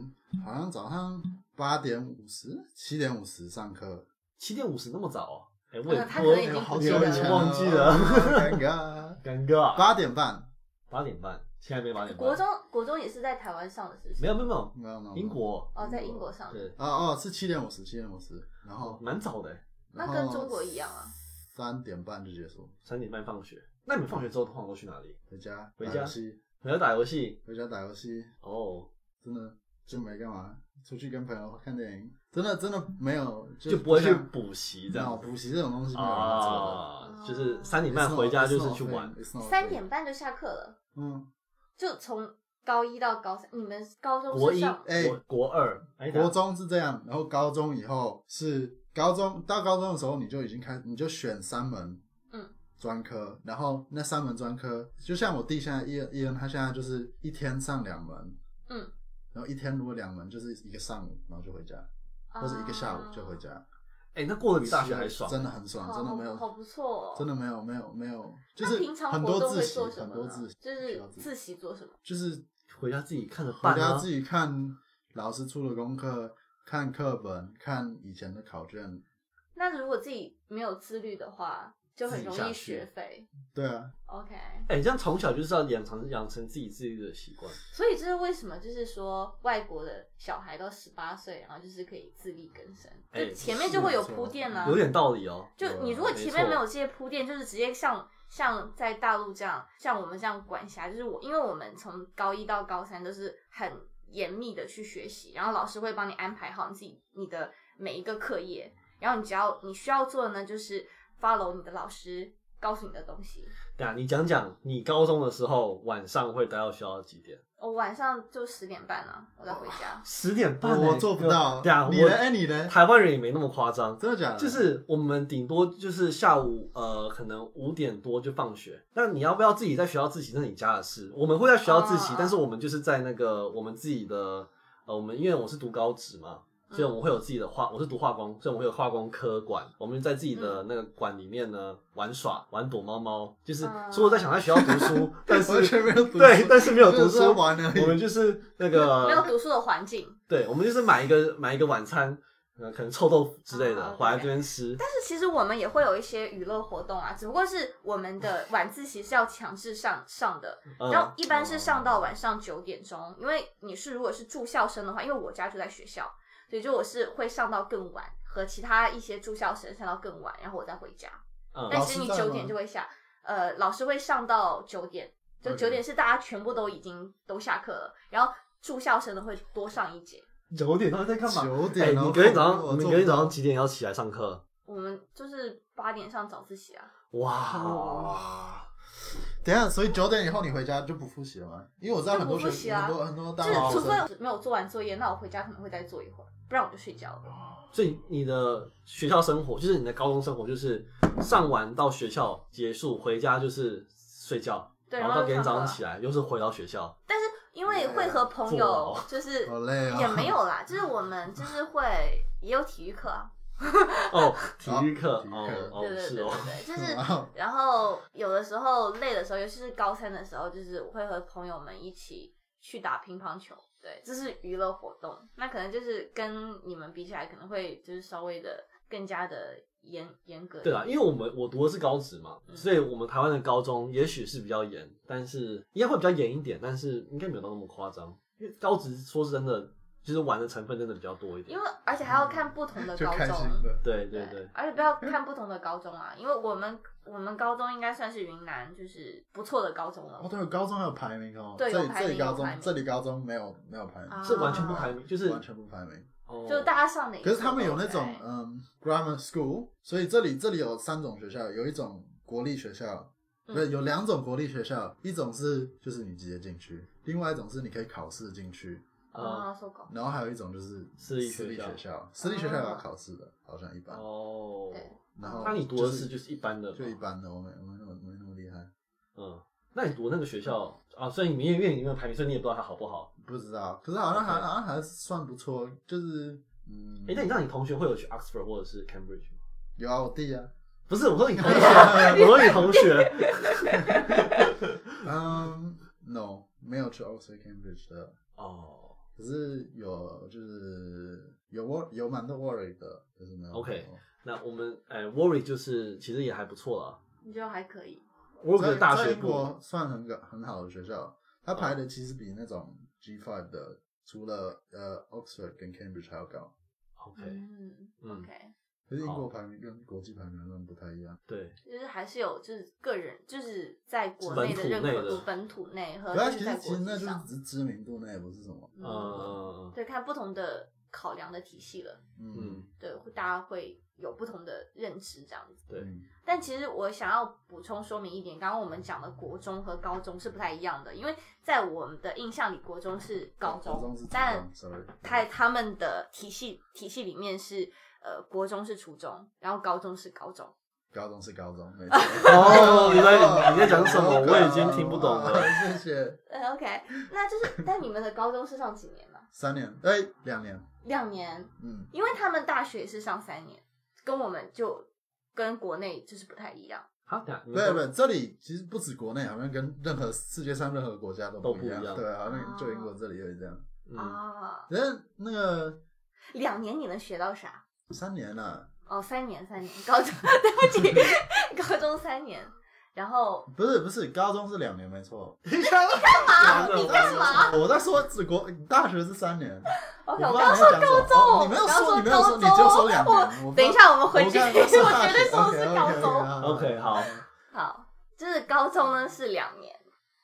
[SPEAKER 3] 好像早上八点五十、七点五十上课，
[SPEAKER 2] 七点五十那么早哦？哎，我也
[SPEAKER 1] 啊他
[SPEAKER 2] 我
[SPEAKER 1] 可能已
[SPEAKER 3] 哎
[SPEAKER 1] 经
[SPEAKER 3] 呦
[SPEAKER 1] 不
[SPEAKER 3] 好
[SPEAKER 1] 记
[SPEAKER 3] 久
[SPEAKER 1] 得
[SPEAKER 3] 以前
[SPEAKER 1] 了
[SPEAKER 3] 了
[SPEAKER 2] 忘记了
[SPEAKER 3] 尴尬。
[SPEAKER 2] 尴尬。
[SPEAKER 3] 八点半，
[SPEAKER 2] 八点半，现在没八点半。
[SPEAKER 1] 国中国中也是在台湾上的，是不是？
[SPEAKER 2] 没有没有没有，
[SPEAKER 3] 没有没有
[SPEAKER 2] 英国
[SPEAKER 1] 哦，在英国上的，
[SPEAKER 2] 对，
[SPEAKER 3] 啊哦是七点五十，七点五十，然
[SPEAKER 2] 哦，
[SPEAKER 3] 后
[SPEAKER 2] 蛮早的欸，
[SPEAKER 1] 那
[SPEAKER 3] 然后
[SPEAKER 1] 跟中国一样啊，
[SPEAKER 3] 三点半就结束，
[SPEAKER 2] 三点半放学。那你们放学之后通常都去哪里？
[SPEAKER 3] 回家
[SPEAKER 2] 回
[SPEAKER 3] 打
[SPEAKER 2] 家
[SPEAKER 3] 游戏
[SPEAKER 2] 回家打游戏
[SPEAKER 3] 回家打游戏，
[SPEAKER 2] 哦，
[SPEAKER 3] 真的就没干嘛，出去跟朋友看电影，真的真的没有，
[SPEAKER 2] 就不会去
[SPEAKER 3] 像
[SPEAKER 2] 补习这
[SPEAKER 3] 脑
[SPEAKER 2] 样子
[SPEAKER 3] 补习这种东西没有人要做
[SPEAKER 2] 啊
[SPEAKER 1] 哦，
[SPEAKER 2] 就是三
[SPEAKER 3] 的。
[SPEAKER 2] 点半回家就是去玩。
[SPEAKER 1] 三点，半就下课了，
[SPEAKER 3] 嗯，
[SPEAKER 1] 就从高一到高三，你们高
[SPEAKER 2] 国
[SPEAKER 1] 中是
[SPEAKER 2] 一、
[SPEAKER 1] 上
[SPEAKER 3] 哎
[SPEAKER 2] 国国二、哎
[SPEAKER 3] 国中是这样，然后高中以后是高中到高中的时候你就已经开，你就选三门，
[SPEAKER 1] 嗯，
[SPEAKER 3] 专科，然后那三门专科，就像我弟现在伊恩伊恩，他现在就是一天上两门，
[SPEAKER 1] 嗯，
[SPEAKER 3] 然后一天如果两门就是一个上午，然后就回家，
[SPEAKER 1] 啊
[SPEAKER 3] 或者一个下午就回，家，
[SPEAKER 2] 哎，那过得比大学还爽，
[SPEAKER 3] 真的很
[SPEAKER 1] 啊
[SPEAKER 3] 爽，
[SPEAKER 1] 好
[SPEAKER 3] 真的没有
[SPEAKER 1] 好不错哦，
[SPEAKER 3] 真的没有没有没有，就
[SPEAKER 1] 那
[SPEAKER 3] 是
[SPEAKER 1] 平常
[SPEAKER 3] 很
[SPEAKER 1] 活
[SPEAKER 3] 多
[SPEAKER 1] 动
[SPEAKER 3] 自
[SPEAKER 1] 会
[SPEAKER 3] 习，
[SPEAKER 1] 做什
[SPEAKER 3] 很
[SPEAKER 1] 么
[SPEAKER 3] 多
[SPEAKER 1] 呢
[SPEAKER 3] 自习，
[SPEAKER 1] 就是
[SPEAKER 3] 自
[SPEAKER 1] 自习做什么？
[SPEAKER 3] 就是
[SPEAKER 2] 回家自己看着
[SPEAKER 3] 回
[SPEAKER 2] 办
[SPEAKER 3] 家
[SPEAKER 2] 啊
[SPEAKER 3] 自。己看老师出的功课，看课本，看以前的考卷，
[SPEAKER 1] 那如果自己没有自律的话，就很容
[SPEAKER 2] 自己下
[SPEAKER 1] 易
[SPEAKER 2] 去
[SPEAKER 1] 学废。
[SPEAKER 3] 对啊，
[SPEAKER 1] OK，
[SPEAKER 2] 哎，这样从小就是要养成养成自己自律的习惯。
[SPEAKER 1] 所以这是为什么，就是说外国的小孩到十八岁，然后就是可以自力更生，
[SPEAKER 2] 哎
[SPEAKER 1] 就前面就会有铺垫啦、
[SPEAKER 2] 有点道理哦。
[SPEAKER 1] 就你如果前
[SPEAKER 2] 没
[SPEAKER 1] 面
[SPEAKER 2] 错
[SPEAKER 1] 没有这些铺垫，就是直接像像在大陆这样，像我们这样管辖，就是我，因为我们从高一到高三都是很严密的去学习，然后老师会帮你安排好你自己你的每一个课业，然后你只要你需要做的呢，就是 follow 你的老师告诉你的东西。
[SPEAKER 2] 对啊，你讲讲你高中的时候晚上会待到学校几点？
[SPEAKER 1] 我晚上就十点半啊，我再回家。
[SPEAKER 2] 十点半欸、
[SPEAKER 3] 哦我做不到
[SPEAKER 2] 对啊，
[SPEAKER 3] 你呢
[SPEAKER 2] 我
[SPEAKER 3] 哎你呢
[SPEAKER 2] 台湾人也没那么夸张。
[SPEAKER 3] 真的假的？
[SPEAKER 2] 就是我们顶多就是下午呃，可能五点多就放学。那你要不要自己在学校自习，那是你家的事。我们会在学校自
[SPEAKER 3] 哦
[SPEAKER 2] 习，
[SPEAKER 1] 啊
[SPEAKER 2] 但是我们就是在那个我们自己的呃，我们因为我是读高职嘛，
[SPEAKER 1] 嗯
[SPEAKER 2] 所以我们会有自己的化，我是读化工，所以我们会有化工科馆。我们在自己
[SPEAKER 3] 嗯
[SPEAKER 2] 的那个馆里面呢玩耍，玩躲猫猫，就是
[SPEAKER 1] 啊
[SPEAKER 3] 嗯
[SPEAKER 2] 说在想在学校读 书，但是
[SPEAKER 3] 完全没有读书
[SPEAKER 2] 对，但是没有读
[SPEAKER 3] 就是在
[SPEAKER 2] 书
[SPEAKER 3] 玩而已
[SPEAKER 2] 我们就是那个
[SPEAKER 3] 嗯
[SPEAKER 1] 没有读书的环境，
[SPEAKER 2] 对，我们就是买一个买一个晚餐，呃，可能臭豆腐之类的，
[SPEAKER 3] 哦
[SPEAKER 1] 啊
[SPEAKER 2] 回来这边吃。
[SPEAKER 1] 但是其实我们也会有一些娱乐活动啊，只不过是我们的晚自习是要强制上上的，然后
[SPEAKER 2] 嗯，
[SPEAKER 1] 一般是上
[SPEAKER 3] 哦
[SPEAKER 1] 到晚上九点钟，因为你是如果是住校生的话，因为我家就在学校，所以就我是会上到更晚，和其他一些住校生上到更晚，然后我再回家。但
[SPEAKER 2] 嗯，
[SPEAKER 1] 其实你
[SPEAKER 3] 老师在
[SPEAKER 1] 九
[SPEAKER 3] 吗
[SPEAKER 1] 点就会下，呃，老师会上到九点，就
[SPEAKER 3] OK
[SPEAKER 1] 九点是大家全部都已经都下课了，然后住校生的会多上一节。
[SPEAKER 2] 九点他们在干嘛？
[SPEAKER 3] 九
[SPEAKER 2] 哎，
[SPEAKER 3] 点
[SPEAKER 2] 你
[SPEAKER 3] 哦，
[SPEAKER 2] 隔天早
[SPEAKER 3] 我
[SPEAKER 2] 上，你
[SPEAKER 3] 做
[SPEAKER 2] 隔
[SPEAKER 3] 不
[SPEAKER 2] 天早
[SPEAKER 3] 到
[SPEAKER 2] 上几点要起来上课？
[SPEAKER 1] 我们就是八点上早自习啊，哦
[SPEAKER 2] 哇，
[SPEAKER 3] 哇。啊等一下，所以九点以后你回家就不复习了吗？因为我知道很多
[SPEAKER 1] 就不复习
[SPEAKER 3] 学、
[SPEAKER 1] 啊
[SPEAKER 3] 很多很多
[SPEAKER 1] 就
[SPEAKER 3] 大
[SPEAKER 1] 是
[SPEAKER 3] 学
[SPEAKER 1] 除非
[SPEAKER 3] 生
[SPEAKER 1] 我没有做完作业，那我回家可能会再做一会儿，不然我就睡觉了。
[SPEAKER 2] 所以你的学校生活，就是你的高中生活，就是上完到学校结束，回家就是睡觉，
[SPEAKER 1] 对，
[SPEAKER 2] 然
[SPEAKER 1] 后
[SPEAKER 2] 后到
[SPEAKER 1] 就
[SPEAKER 2] 隔天
[SPEAKER 1] 放
[SPEAKER 2] 早
[SPEAKER 1] 了
[SPEAKER 2] 上起来又是回到 学校，
[SPEAKER 1] 因为会和朋
[SPEAKER 2] 坐
[SPEAKER 1] 友
[SPEAKER 2] 牢
[SPEAKER 1] 就是
[SPEAKER 3] 好累哦
[SPEAKER 1] 也没有啦，就是我们 就是会也有体育课啊，
[SPEAKER 2] 哦，体育课
[SPEAKER 3] 体育
[SPEAKER 2] 哦
[SPEAKER 3] 课
[SPEAKER 2] 哦
[SPEAKER 1] 对对对
[SPEAKER 2] 是
[SPEAKER 1] 对
[SPEAKER 2] 哦，
[SPEAKER 1] 对， 就
[SPEAKER 3] 哇
[SPEAKER 1] 是
[SPEAKER 3] 哦
[SPEAKER 1] 然后有的时候累的时候，尤其是高三的时候，就是我会和朋友们一起去打乒乓球，对，这是娱乐活动。那可能就是跟你们比起来，可能会就是稍微的更加的严严格一
[SPEAKER 2] 对
[SPEAKER 1] 点。
[SPEAKER 2] 啦，因为我们我读的是高职嘛，
[SPEAKER 1] 嗯
[SPEAKER 2] 所以我们台湾的高中也许是比较严，但是应该会比较严一点，但是应该没有到那么夸张。因为高职说真的，就是玩的成分真的比较多一点
[SPEAKER 1] 因。为而且还要看不同的
[SPEAKER 3] 就
[SPEAKER 1] 高
[SPEAKER 3] 开
[SPEAKER 1] 中
[SPEAKER 3] 心，的。
[SPEAKER 2] 对对对，
[SPEAKER 1] 而且不要看不同的高中 啊，因为我们我们高中应该算是云南就是不错的高中了
[SPEAKER 3] 哦，。对，高中还有排名哦。
[SPEAKER 1] 对有
[SPEAKER 3] 这里
[SPEAKER 1] 排
[SPEAKER 3] 这里
[SPEAKER 1] 名
[SPEAKER 3] 高
[SPEAKER 1] 有排
[SPEAKER 3] 中
[SPEAKER 1] 名啊
[SPEAKER 3] 这里高中没有没有排名，
[SPEAKER 2] 是完全不排名，就是
[SPEAKER 3] 完全不排名。
[SPEAKER 2] 哦
[SPEAKER 1] 就大家上哪一所
[SPEAKER 3] 可
[SPEAKER 1] 都 OK？
[SPEAKER 3] 是他们有那
[SPEAKER 1] 哦
[SPEAKER 3] 种嗯 grammar school，所以这里这里有三种学校，有一种国立学校，
[SPEAKER 1] 嗯
[SPEAKER 3] 不是有两种国立学校，一种是就是你直接进去，另外一种是你可以考试进去，
[SPEAKER 2] 呃
[SPEAKER 1] 啊，搜狗
[SPEAKER 3] 然后还有一种就是
[SPEAKER 2] 私立
[SPEAKER 3] 私立
[SPEAKER 2] 学校
[SPEAKER 3] 学校，私立学校也要考试的，好像一般。
[SPEAKER 2] 哦，
[SPEAKER 1] 对
[SPEAKER 3] 然后
[SPEAKER 2] 那你读的
[SPEAKER 3] 就是
[SPEAKER 2] 就是一般的，
[SPEAKER 3] 就一。般的，我没我没那么没那么厉害，
[SPEAKER 2] 嗯，那你读那个学校啊，虽然你因为你没有排名，所以你也不知道它好不好。
[SPEAKER 3] 不知道。可是好像还
[SPEAKER 2] OK
[SPEAKER 3] 好像还算不错，就是嗯。
[SPEAKER 2] 哎，那你让你同学会有去 Oxford 或者是 Cambridge 吗？
[SPEAKER 3] 有啊，我弟啊，
[SPEAKER 2] 不是，我说你 同学，我说你同学。
[SPEAKER 3] 嗯、n o 没有去 Oxford Cambridge 的，
[SPEAKER 2] 哦
[SPEAKER 3] 可是有就是有 w 有蛮多 worry 的，就是哦没有
[SPEAKER 2] OK 那我们哎，Worry 就是其实也还不错啦。
[SPEAKER 1] 你就还可以。
[SPEAKER 2] 我
[SPEAKER 3] 在
[SPEAKER 2] 的大学
[SPEAKER 3] 在英
[SPEAKER 2] 部
[SPEAKER 3] 国算很个很好的学校，它排的其实比那种 G five 的，除了呃 Oxford 跟 Cambridge 还要高。
[SPEAKER 2] ，OK，
[SPEAKER 1] 嗯
[SPEAKER 2] 嗯
[SPEAKER 1] ，OK，
[SPEAKER 3] 可是英
[SPEAKER 2] 好
[SPEAKER 3] 国排名跟国际排名好像不太一样，
[SPEAKER 2] 对，
[SPEAKER 1] 就是还是有就是个人就是在国内的认可度、本土内和
[SPEAKER 3] 可它
[SPEAKER 1] 呃就是
[SPEAKER 3] 其实
[SPEAKER 1] 在
[SPEAKER 3] 其
[SPEAKER 1] 国
[SPEAKER 3] 实那
[SPEAKER 1] 际
[SPEAKER 3] 就是呃
[SPEAKER 1] 上，
[SPEAKER 3] 只是知名度，那也不是什么。
[SPEAKER 2] 嗯嗯嗯
[SPEAKER 1] 对，看不同的考量的体系了，
[SPEAKER 2] 嗯，
[SPEAKER 1] 对，会大家会有不同的认知这样子。
[SPEAKER 2] 对
[SPEAKER 3] 嗯
[SPEAKER 1] 但其实我想要补充说明一点，刚刚我们讲的国中和高中是不太一样的，因为在我们的印象里，国中是高中，
[SPEAKER 3] 高中是初
[SPEAKER 1] 但
[SPEAKER 3] 中，sorry，
[SPEAKER 1] 在他们的体系体系里面是，呃，国中是初中，然后高中是高中。
[SPEAKER 3] 高中是高中，没错。哦
[SPEAKER 2] 哦 你在你在讲什么我已经听不懂了。
[SPEAKER 3] 谢谢。
[SPEAKER 1] 呃，OK，那 就是，但你们的高中是上几年 呢、
[SPEAKER 3] 三年，哎，两年，
[SPEAKER 1] 两年，
[SPEAKER 3] 嗯，
[SPEAKER 1] 因为他们大学是上三年，跟我们就跟国内就是不太一样。
[SPEAKER 2] 好，等下你
[SPEAKER 3] 对
[SPEAKER 2] 们都
[SPEAKER 3] 对，这里其实不止国内，好像跟任何世界上任何国家都
[SPEAKER 2] 都
[SPEAKER 3] 不一样
[SPEAKER 2] 不一样，
[SPEAKER 3] 对，好
[SPEAKER 1] 哦
[SPEAKER 3] 像就英国这里也是这样。
[SPEAKER 2] 嗯，
[SPEAKER 1] 啊，
[SPEAKER 3] 但是那个
[SPEAKER 1] 两年你能学到啥？
[SPEAKER 3] 三年啊，
[SPEAKER 1] 哦，三年，三年，高中，对不起，高中三年，然后
[SPEAKER 3] 不是不是，高中是两年没错。
[SPEAKER 1] 啊，
[SPEAKER 2] 真的
[SPEAKER 1] 你干嘛
[SPEAKER 3] 我在说只国大学是三年，
[SPEAKER 1] ？OK，
[SPEAKER 3] 我
[SPEAKER 1] 我
[SPEAKER 3] 不知
[SPEAKER 1] 刚刚
[SPEAKER 3] 道
[SPEAKER 1] 说高
[SPEAKER 3] 你在讲什么
[SPEAKER 1] 中，
[SPEAKER 3] 哦你没有
[SPEAKER 1] 我刚
[SPEAKER 3] 说
[SPEAKER 1] 说
[SPEAKER 3] 你没有说
[SPEAKER 1] 高
[SPEAKER 3] 你就说两
[SPEAKER 1] 中
[SPEAKER 3] 年我
[SPEAKER 1] 我
[SPEAKER 3] 不
[SPEAKER 1] 等一下，我们回去，
[SPEAKER 3] 刚刚说
[SPEAKER 1] 我
[SPEAKER 3] 大
[SPEAKER 1] 绝
[SPEAKER 3] 学
[SPEAKER 1] 对说是高
[SPEAKER 3] OK，OK，OK，
[SPEAKER 1] 中。
[SPEAKER 3] 好
[SPEAKER 2] OK，好，
[SPEAKER 1] 好，就是高中呢是两年，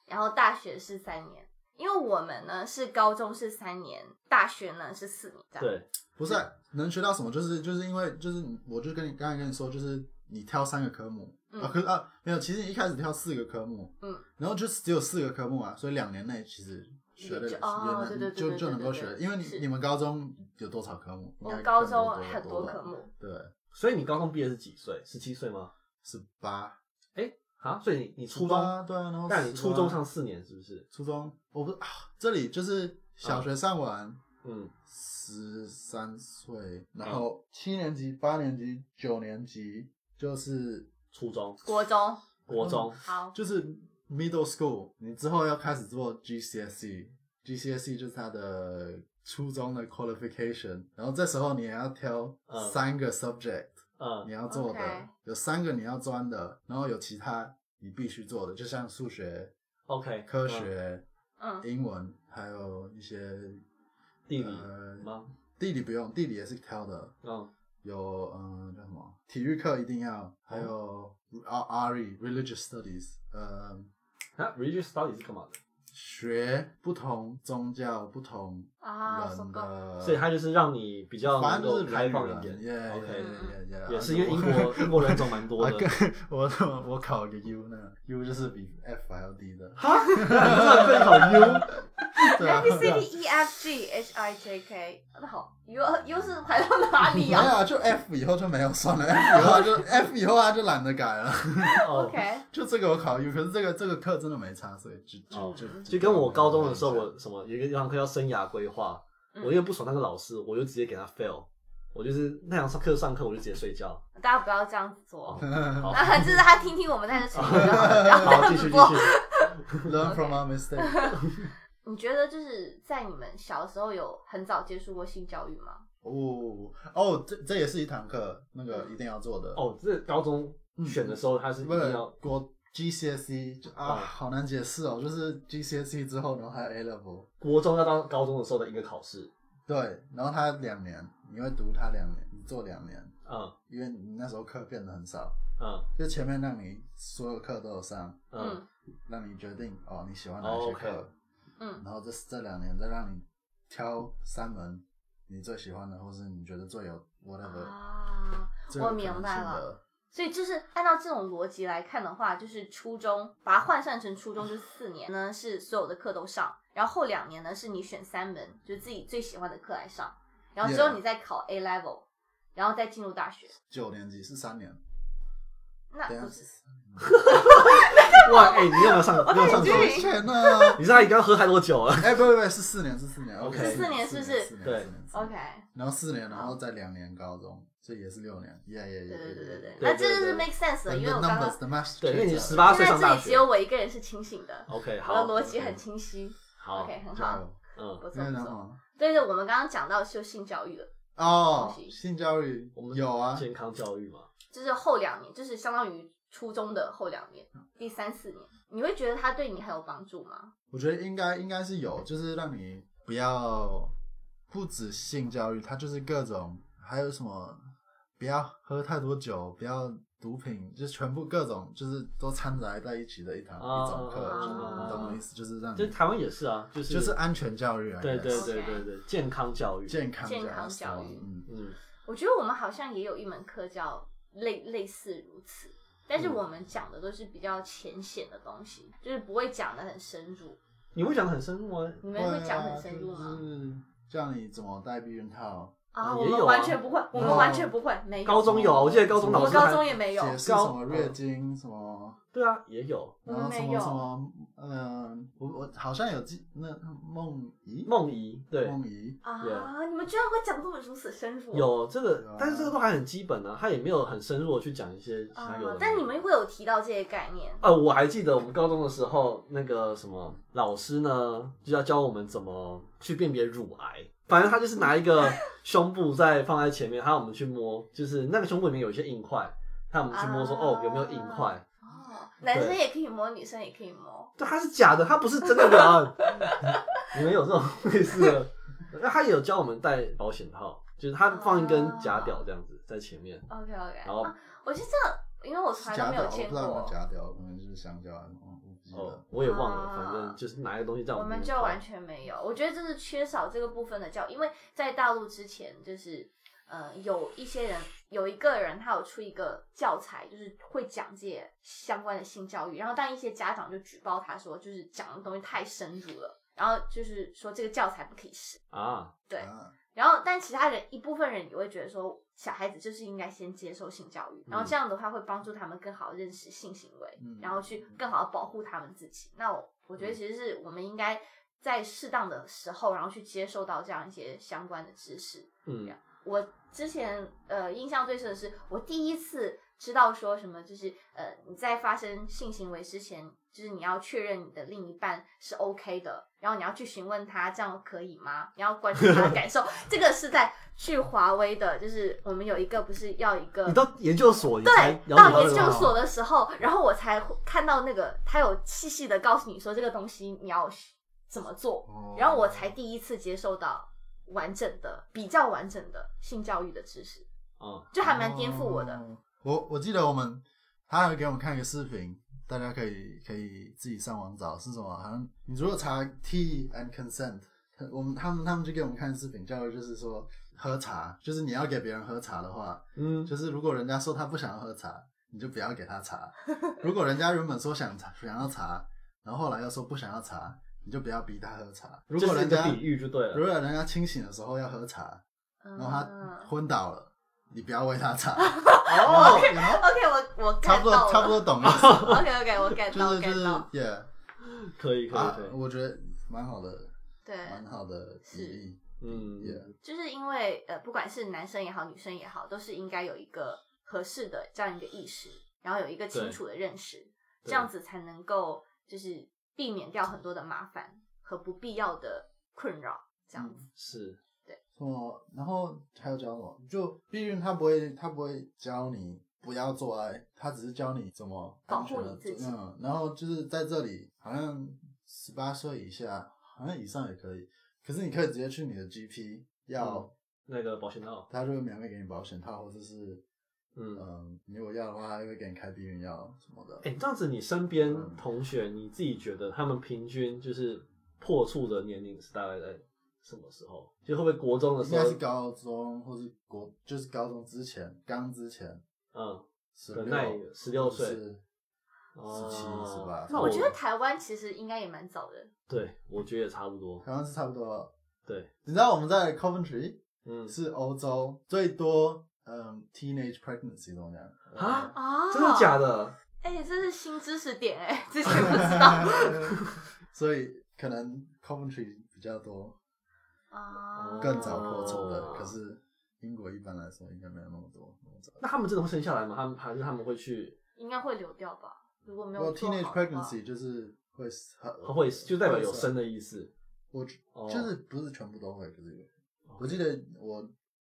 [SPEAKER 1] 然后大学是三年，因为我们呢是高中是三年，大学呢是四年，这样。
[SPEAKER 2] 对，
[SPEAKER 3] 不是啊能学到什么，就是就是因为就是你我就跟你刚才跟你说，就是你挑三个科目、
[SPEAKER 1] 嗯
[SPEAKER 3] 啊，可是啊没有，其实你一开始挑四个科目，
[SPEAKER 1] 嗯，
[SPEAKER 3] 然后就只有四个科目啊，所以两年内其实学的
[SPEAKER 1] 也就哦
[SPEAKER 3] 也
[SPEAKER 1] 对对
[SPEAKER 3] 能
[SPEAKER 1] 对
[SPEAKER 3] 就
[SPEAKER 1] 对
[SPEAKER 3] 就能够
[SPEAKER 1] 对对
[SPEAKER 3] 学，因为你
[SPEAKER 1] 是
[SPEAKER 3] 你们高中有多少科目？应
[SPEAKER 1] 我
[SPEAKER 3] 该
[SPEAKER 1] 们高
[SPEAKER 3] 更多
[SPEAKER 1] 中很多科，
[SPEAKER 3] 吧
[SPEAKER 1] 目，
[SPEAKER 3] 对，
[SPEAKER 2] 所以你高中毕业是几岁？十七岁吗？
[SPEAKER 3] 十八，
[SPEAKER 2] 哎，啊，所以你你初
[SPEAKER 3] 18
[SPEAKER 2] 中，
[SPEAKER 3] 对啊，然后
[SPEAKER 2] 但你
[SPEAKER 3] 18
[SPEAKER 2] 初中上四年是不是？
[SPEAKER 3] 初中，我不、啊这里就是小学上完。
[SPEAKER 2] 嗯，
[SPEAKER 3] 十三岁，然后七年级、八年级、九年级就是
[SPEAKER 2] 初中、
[SPEAKER 1] 国中
[SPEAKER 2] 国中，
[SPEAKER 1] 好，
[SPEAKER 3] 就是 middle school，你之后要开始做 E，GCSE，GCSE 就是它的初中的 qualification，然后这时候你也要挑
[SPEAKER 2] 嗯
[SPEAKER 3] 三个 subject
[SPEAKER 2] 嗯
[SPEAKER 3] 你要做的
[SPEAKER 1] OK
[SPEAKER 3] 有三个你要钻的，然后有其他你必须做的，就像数学、
[SPEAKER 2] ，OK，
[SPEAKER 3] 科
[SPEAKER 2] 嗯
[SPEAKER 3] 学、
[SPEAKER 1] 嗯，
[SPEAKER 3] 英文，还有一些
[SPEAKER 2] 地理
[SPEAKER 3] 呃
[SPEAKER 2] 吗？
[SPEAKER 3] 地理不用，地理也是挑的，
[SPEAKER 2] 嗯，
[SPEAKER 3] 有嗯叫什么体育课一定要，还
[SPEAKER 2] 哦
[SPEAKER 3] 有 R R E religious studies，呃
[SPEAKER 2] 那 religious study 啊是干嘛的？
[SPEAKER 3] 学不同宗教、不同
[SPEAKER 1] 啊，
[SPEAKER 3] 人
[SPEAKER 1] 说
[SPEAKER 3] 的，
[SPEAKER 2] 所以它就是让你比较
[SPEAKER 3] 呃反
[SPEAKER 2] 能
[SPEAKER 3] 正就
[SPEAKER 2] 够
[SPEAKER 3] 是
[SPEAKER 2] 开放一
[SPEAKER 3] 人
[SPEAKER 2] 点
[SPEAKER 3] 与人。
[SPEAKER 2] OK，
[SPEAKER 3] yeah, yeah, yeah, yeah,
[SPEAKER 2] 也是
[SPEAKER 3] 啊
[SPEAKER 2] 因为英
[SPEAKER 3] 我
[SPEAKER 2] 国英国人种蛮多
[SPEAKER 3] 啊
[SPEAKER 2] 的，
[SPEAKER 3] 跟 我我我考个 U 那个 U 就是比 F 还要低的，
[SPEAKER 2] 那更好 U。
[SPEAKER 3] 对啊
[SPEAKER 1] A B C D E F G H I J K，那好，U U 是排到哪里
[SPEAKER 3] 没
[SPEAKER 1] 呀、
[SPEAKER 3] 有啊，就 F 以后就没有算了，F 以后就 F 以后啊就懒得改了。
[SPEAKER 1] o
[SPEAKER 2] 哦，
[SPEAKER 1] k
[SPEAKER 3] 就这个我考 U，可是这个这个课真的没差，所以就就
[SPEAKER 2] 哦
[SPEAKER 3] 就
[SPEAKER 2] 就跟我高中的时候，我什么有一个有一堂课叫生涯规划，
[SPEAKER 1] 嗯
[SPEAKER 2] 我因为不爽那个老师，我就直接给他 fail，我就是那堂上课上课我就直接睡觉。
[SPEAKER 1] 大家不要这样子做
[SPEAKER 2] 哦。好，
[SPEAKER 1] 啊，就是他听听我们在这处 理就好了，然后
[SPEAKER 2] 好，
[SPEAKER 1] 这样
[SPEAKER 2] 继续
[SPEAKER 1] 子
[SPEAKER 2] 继
[SPEAKER 1] 播。
[SPEAKER 2] 续。
[SPEAKER 3] learn from our mistake。
[SPEAKER 1] 你觉得就是在你们小时候有很早接触过性教育吗？
[SPEAKER 3] 哦哦，这这也是一堂课，那个一定要做的。
[SPEAKER 2] 哦，这高中选的时候他是一
[SPEAKER 3] 不
[SPEAKER 2] 定
[SPEAKER 3] 是
[SPEAKER 2] 要
[SPEAKER 3] 国 GCSE 就啊，
[SPEAKER 2] 哦
[SPEAKER 3] 好难解释哦，就是 GCSE 之后，然后还有 A level，
[SPEAKER 2] 国中要当高中的时候的一个考试。
[SPEAKER 3] 对，然后它两年，你会读它两年，你做两年，
[SPEAKER 2] 嗯
[SPEAKER 3] 因为你那时候课变得很少，
[SPEAKER 2] 嗯
[SPEAKER 3] 就前面让你所有课都有上，
[SPEAKER 2] 嗯，
[SPEAKER 3] 让你决定哦你喜欢哪一些
[SPEAKER 2] 哦
[SPEAKER 3] 课。
[SPEAKER 2] ，OK
[SPEAKER 1] 嗯
[SPEAKER 3] 然后这这两年再让你挑三门你最喜欢的，或是你觉得最有 whatever，、
[SPEAKER 1] 啊，
[SPEAKER 3] 最有
[SPEAKER 1] 我明白了
[SPEAKER 3] 可能性的。
[SPEAKER 1] 所以就是按照这种逻辑来看的话，就是初中把它换算成初中就是四年呢，是所有的课都上，然后后两年呢是你选三门，就是自己最喜欢的课来上，然后之后
[SPEAKER 3] Yeah
[SPEAKER 1] 你再考 A level，然后再进入大学。
[SPEAKER 3] 九年级是三年，
[SPEAKER 1] 那
[SPEAKER 3] 等一下
[SPEAKER 1] 啊不是
[SPEAKER 3] 是
[SPEAKER 2] 哇，哎，你有没有上？你有没有
[SPEAKER 1] 嗯
[SPEAKER 2] 上
[SPEAKER 1] 我觉得
[SPEAKER 2] 高？
[SPEAKER 3] 之前呢？
[SPEAKER 2] 你知道你刚刚喝太多酒了？
[SPEAKER 3] 哎，不不不，是四年，是四年
[SPEAKER 2] OK
[SPEAKER 3] ，OK，
[SPEAKER 2] 是
[SPEAKER 1] 四年是不是
[SPEAKER 3] 四年
[SPEAKER 2] 对
[SPEAKER 3] 四年四年
[SPEAKER 1] OK？
[SPEAKER 3] 然后四年，然后再两年高中，所以也是六年，耶耶耶
[SPEAKER 1] 对对对对对，
[SPEAKER 2] 对
[SPEAKER 1] 那这就是
[SPEAKER 2] 对对
[SPEAKER 1] make sense 的，因为
[SPEAKER 3] The
[SPEAKER 1] 我刚刚
[SPEAKER 3] numbers, the math，
[SPEAKER 2] 对，因为你十
[SPEAKER 3] 是
[SPEAKER 2] 八
[SPEAKER 1] 现
[SPEAKER 2] 岁
[SPEAKER 1] 在
[SPEAKER 2] 上
[SPEAKER 1] 这
[SPEAKER 2] 大
[SPEAKER 1] 里只
[SPEAKER 2] 学
[SPEAKER 1] 有。我一个人是清醒的，
[SPEAKER 2] OK，
[SPEAKER 1] 我
[SPEAKER 2] 好，
[SPEAKER 1] 的逻辑很清晰。
[SPEAKER 2] 好。
[SPEAKER 1] OK，很
[SPEAKER 3] 加
[SPEAKER 1] 好，
[SPEAKER 3] 油，
[SPEAKER 2] 嗯，
[SPEAKER 1] 不错
[SPEAKER 3] 那
[SPEAKER 1] 不
[SPEAKER 3] 个
[SPEAKER 1] 错。
[SPEAKER 3] 么？
[SPEAKER 1] 对对，我们刚刚讲到就性教育了。
[SPEAKER 3] 哦
[SPEAKER 1] 东，西
[SPEAKER 3] 性教育
[SPEAKER 2] 我们
[SPEAKER 3] 有啊，
[SPEAKER 2] 健康教育嘛。
[SPEAKER 1] 就是后两年，就是相当于初中的后两年，第三四年，你会觉得它对你很有帮助吗？
[SPEAKER 3] 我觉得应该应该是有，就是让你不要不止性教育，它就是各种还有什么，不要喝太多酒，不要毒品，就是全部各种就是都掺杂在一起的一堂、
[SPEAKER 2] 啊
[SPEAKER 3] 一种课，
[SPEAKER 1] 啊
[SPEAKER 3] 就是你懂
[SPEAKER 2] 啊
[SPEAKER 3] 我意思，就是让
[SPEAKER 2] 就
[SPEAKER 3] 你
[SPEAKER 2] 台湾也是啊，就是
[SPEAKER 3] 就是安全教育啊，
[SPEAKER 2] 对
[SPEAKER 3] 应该
[SPEAKER 2] 对
[SPEAKER 3] 是
[SPEAKER 2] 对对对，健康教育，
[SPEAKER 3] 健康
[SPEAKER 1] 健
[SPEAKER 3] 育
[SPEAKER 1] 康教育
[SPEAKER 3] 嗯，
[SPEAKER 2] 嗯，
[SPEAKER 1] 我觉得我们好像也有一门课叫类类似如此，但
[SPEAKER 2] 嗯
[SPEAKER 1] 是我们讲的都是比较浅显的东西，就是不会讲的很深入。
[SPEAKER 2] 你会讲得很深入吗？
[SPEAKER 1] 你们会讲很深入吗？
[SPEAKER 2] 嗯，
[SPEAKER 3] 教你怎么戴避孕套，
[SPEAKER 1] 啊，
[SPEAKER 2] 啊
[SPEAKER 1] 我
[SPEAKER 2] 也
[SPEAKER 1] 们
[SPEAKER 2] 有啊
[SPEAKER 1] 完全不会，我们
[SPEAKER 3] 有
[SPEAKER 1] 完全不会，没有。
[SPEAKER 2] 高中有啊，我记得高
[SPEAKER 1] 我
[SPEAKER 2] 中老
[SPEAKER 1] 们
[SPEAKER 2] 师
[SPEAKER 1] 高
[SPEAKER 2] 还
[SPEAKER 1] 中也没有。
[SPEAKER 3] 解释
[SPEAKER 2] 高
[SPEAKER 3] 什么月经什么。
[SPEAKER 2] 对啊，也有
[SPEAKER 1] 我
[SPEAKER 3] 然
[SPEAKER 1] 们
[SPEAKER 3] 后什
[SPEAKER 1] 没
[SPEAKER 3] 么
[SPEAKER 1] 有
[SPEAKER 3] 什么，嗯、我我好像有记那梦怡
[SPEAKER 2] 梦怡，对，
[SPEAKER 3] 梦怡，
[SPEAKER 1] 啊！你们居然会讲这么如此深入？
[SPEAKER 2] 有这
[SPEAKER 3] 有
[SPEAKER 2] 个
[SPEAKER 3] 啊，
[SPEAKER 2] 但是这个都还很基本啊，他也没有很深入的去讲一些其
[SPEAKER 1] 啊
[SPEAKER 2] 他有的。！
[SPEAKER 1] 但你们会有提到这些概念
[SPEAKER 2] 啊，我还记得我们高中的时候，那个什么老师呢，就要教我们怎么去辨别乳癌。反正他就是拿一个胸部在放在前面，他让我们去摸，就是那个胸部里面有一些硬块，他让我们去摸说、
[SPEAKER 1] 啊
[SPEAKER 2] 哦有没有硬块。
[SPEAKER 1] 哦，男生也可以摸，女生也可以摸。
[SPEAKER 2] 对，它是假的，它不是真的人。 你们有这种类似的？那他也有教我们戴保险套，就是他放一根假屌这样子在前面，
[SPEAKER 1] OK OK，
[SPEAKER 2] 然后
[SPEAKER 1] 啊、我觉得这个，因为我从来
[SPEAKER 3] 假
[SPEAKER 1] 哦都没有
[SPEAKER 3] 屌，我
[SPEAKER 1] 见
[SPEAKER 3] 不知道有没有
[SPEAKER 1] 过，
[SPEAKER 3] 假屌，可能就是香蕉，我我不记
[SPEAKER 2] 哦
[SPEAKER 3] 得。，
[SPEAKER 2] 我也忘了，
[SPEAKER 1] 啊
[SPEAKER 2] 反正就是拿一个东西在
[SPEAKER 1] 我
[SPEAKER 2] 们
[SPEAKER 1] 们
[SPEAKER 2] 面
[SPEAKER 1] 就
[SPEAKER 2] 前
[SPEAKER 1] 完全没有。我觉得这是缺少这个部分的教育，因为在大陆之前，就是呃，有一些人有一个人他有出一个教材，就是会讲这些相关的性教育，然后但一些家长就举报他说，就是讲的东西太深入了，然后就是说这个教材不可以使。
[SPEAKER 2] 啊，
[SPEAKER 1] 对，
[SPEAKER 3] 啊
[SPEAKER 1] 然后，但其他人一部分人也会觉得说，小孩子就是应该先接受性教育，然后这样的话会帮助他们更好认识性行为，
[SPEAKER 3] 嗯
[SPEAKER 1] 然后去更好的保护他们自己。那我我觉得其实是我们应该在适当的时候，然后去接受到这样一些相关的知识。
[SPEAKER 2] 嗯，
[SPEAKER 1] 我之前呃印象最深的是，我第一次知道说什么，就是呃你在发生性行为之前，就是你要确认你的另一半是 OK 的，然后你要去询问他这样可以吗？你要关注他的感 受。这个是在去华为的，就是我们有一个不是要一个
[SPEAKER 2] 你到研究所你才
[SPEAKER 1] 嗯对，
[SPEAKER 2] 了
[SPEAKER 1] 到
[SPEAKER 2] 解这
[SPEAKER 1] 研
[SPEAKER 2] 个
[SPEAKER 1] 究
[SPEAKER 2] 吗
[SPEAKER 1] 所的时候，然后我才看到那个，他有细细的告诉你说这个东西你要怎么做，
[SPEAKER 3] 哦
[SPEAKER 1] 然后我才第一次接受到完整的、比较完整的性教育的知识，
[SPEAKER 2] 嗯，
[SPEAKER 3] 哦
[SPEAKER 1] 就还蛮颠覆我的。
[SPEAKER 3] 哦我我记得我们他还给我们看一个视频，大家可以可以自己上网找是什么，好像你如果查 tea and consent，我们他们他们就给我们看视频，教的就是说喝茶，就是你要给别人喝茶的话，
[SPEAKER 2] 嗯，
[SPEAKER 3] 就是如果人家说他不想要喝茶，你就不要给他 茶；如果人家原本说想茶想要茶，然后后来又说不想要茶，你就不要逼他喝茶。如
[SPEAKER 2] 就
[SPEAKER 3] 果
[SPEAKER 2] 是一
[SPEAKER 3] 人
[SPEAKER 2] 个
[SPEAKER 3] 家
[SPEAKER 2] 比喻就对
[SPEAKER 3] 如
[SPEAKER 2] 了。
[SPEAKER 3] 果人家清醒的时候要喝茶，然后他
[SPEAKER 1] 嗯
[SPEAKER 3] 昏倒了，你不要喂他 茶。
[SPEAKER 2] 哦，
[SPEAKER 3] 然后
[SPEAKER 1] OK，我我 get
[SPEAKER 3] 差不多
[SPEAKER 1] 到
[SPEAKER 3] 差不
[SPEAKER 1] 了。
[SPEAKER 3] 多懂意思，
[SPEAKER 1] OK OK，我 get
[SPEAKER 3] 就
[SPEAKER 1] 到
[SPEAKER 3] 是就
[SPEAKER 1] get
[SPEAKER 3] 是
[SPEAKER 1] 到，
[SPEAKER 3] ，yeah，
[SPEAKER 2] 可以可以
[SPEAKER 3] 啊
[SPEAKER 2] 可，以，
[SPEAKER 3] 我觉得蛮好的，
[SPEAKER 1] 对，
[SPEAKER 3] 蛮好的
[SPEAKER 1] 是
[SPEAKER 3] 比喻。
[SPEAKER 2] 嗯
[SPEAKER 3] Yeah
[SPEAKER 1] 就是因为呃，不管是男生也好，女生也好，都是应该有一个合适的这样一个意识，然后有一个清楚的认识，
[SPEAKER 2] 对
[SPEAKER 1] 这样子才能够就是避免掉很多的麻烦和不必要的困扰，这
[SPEAKER 3] 嗯
[SPEAKER 1] 样子。
[SPEAKER 2] 是，
[SPEAKER 3] 哦，然后还有教什么？就毕竟他不会，他不会教你不要做爱，他只是教你怎么
[SPEAKER 1] 保
[SPEAKER 3] 安全
[SPEAKER 1] 护
[SPEAKER 3] 地
[SPEAKER 1] 你自
[SPEAKER 3] 做
[SPEAKER 1] 己
[SPEAKER 3] 嗯，然后就是在这里，好像十八岁以下，好像以上也可以。可是你可以直接去你的 GP 要，
[SPEAKER 2] 嗯那个保险套，
[SPEAKER 3] 他就会免费给你保险套，或者是
[SPEAKER 2] 嗯，
[SPEAKER 3] 嗯，你如果要的话，他会给你开避孕药什么的。
[SPEAKER 2] 哎，这样子你身边
[SPEAKER 3] 嗯
[SPEAKER 2] 同学，你自己觉得他们平均就是破处的年龄是大概在什么时候？就会不会国中的
[SPEAKER 3] 应
[SPEAKER 2] 时
[SPEAKER 3] 该
[SPEAKER 2] 候
[SPEAKER 3] 是？高中或是国，就是高中之前，刚之前
[SPEAKER 2] 嗯，
[SPEAKER 3] 十
[SPEAKER 2] 可能
[SPEAKER 3] 六、
[SPEAKER 2] 16岁
[SPEAKER 3] 十七
[SPEAKER 2] 哦
[SPEAKER 3] 是吧
[SPEAKER 2] 那
[SPEAKER 1] 我觉得台湾其实应该也蛮早的，
[SPEAKER 2] 对，我觉得也差不多。
[SPEAKER 3] 好像是差不多。
[SPEAKER 2] 对，
[SPEAKER 3] 你知道我们在 Coventry
[SPEAKER 2] 嗯，
[SPEAKER 3] 是欧洲最多嗯 teenage pregnancy 怎么讲？
[SPEAKER 2] 啊
[SPEAKER 1] 哦，
[SPEAKER 2] 真的假？的？
[SPEAKER 1] 哎、这是新知识点哎、之前不知道
[SPEAKER 3] 所以可能 Coventry 比较多，
[SPEAKER 1] 啊
[SPEAKER 3] 更早破处的。
[SPEAKER 2] 哦
[SPEAKER 3] 可是英国一般来说应该没有那么多。那么早
[SPEAKER 2] 那他们真的会生下来吗？他们还是他们会去？
[SPEAKER 1] 应该会流掉吧？如果没
[SPEAKER 3] 不过
[SPEAKER 1] 有做好的
[SPEAKER 3] teenage
[SPEAKER 1] 话
[SPEAKER 3] pregnancy 就是会
[SPEAKER 2] 他哦会就代表有生
[SPEAKER 3] 的，
[SPEAKER 2] 的意思。
[SPEAKER 3] 我
[SPEAKER 2] 哦
[SPEAKER 3] 就是不是全部都会，可是有。我记得我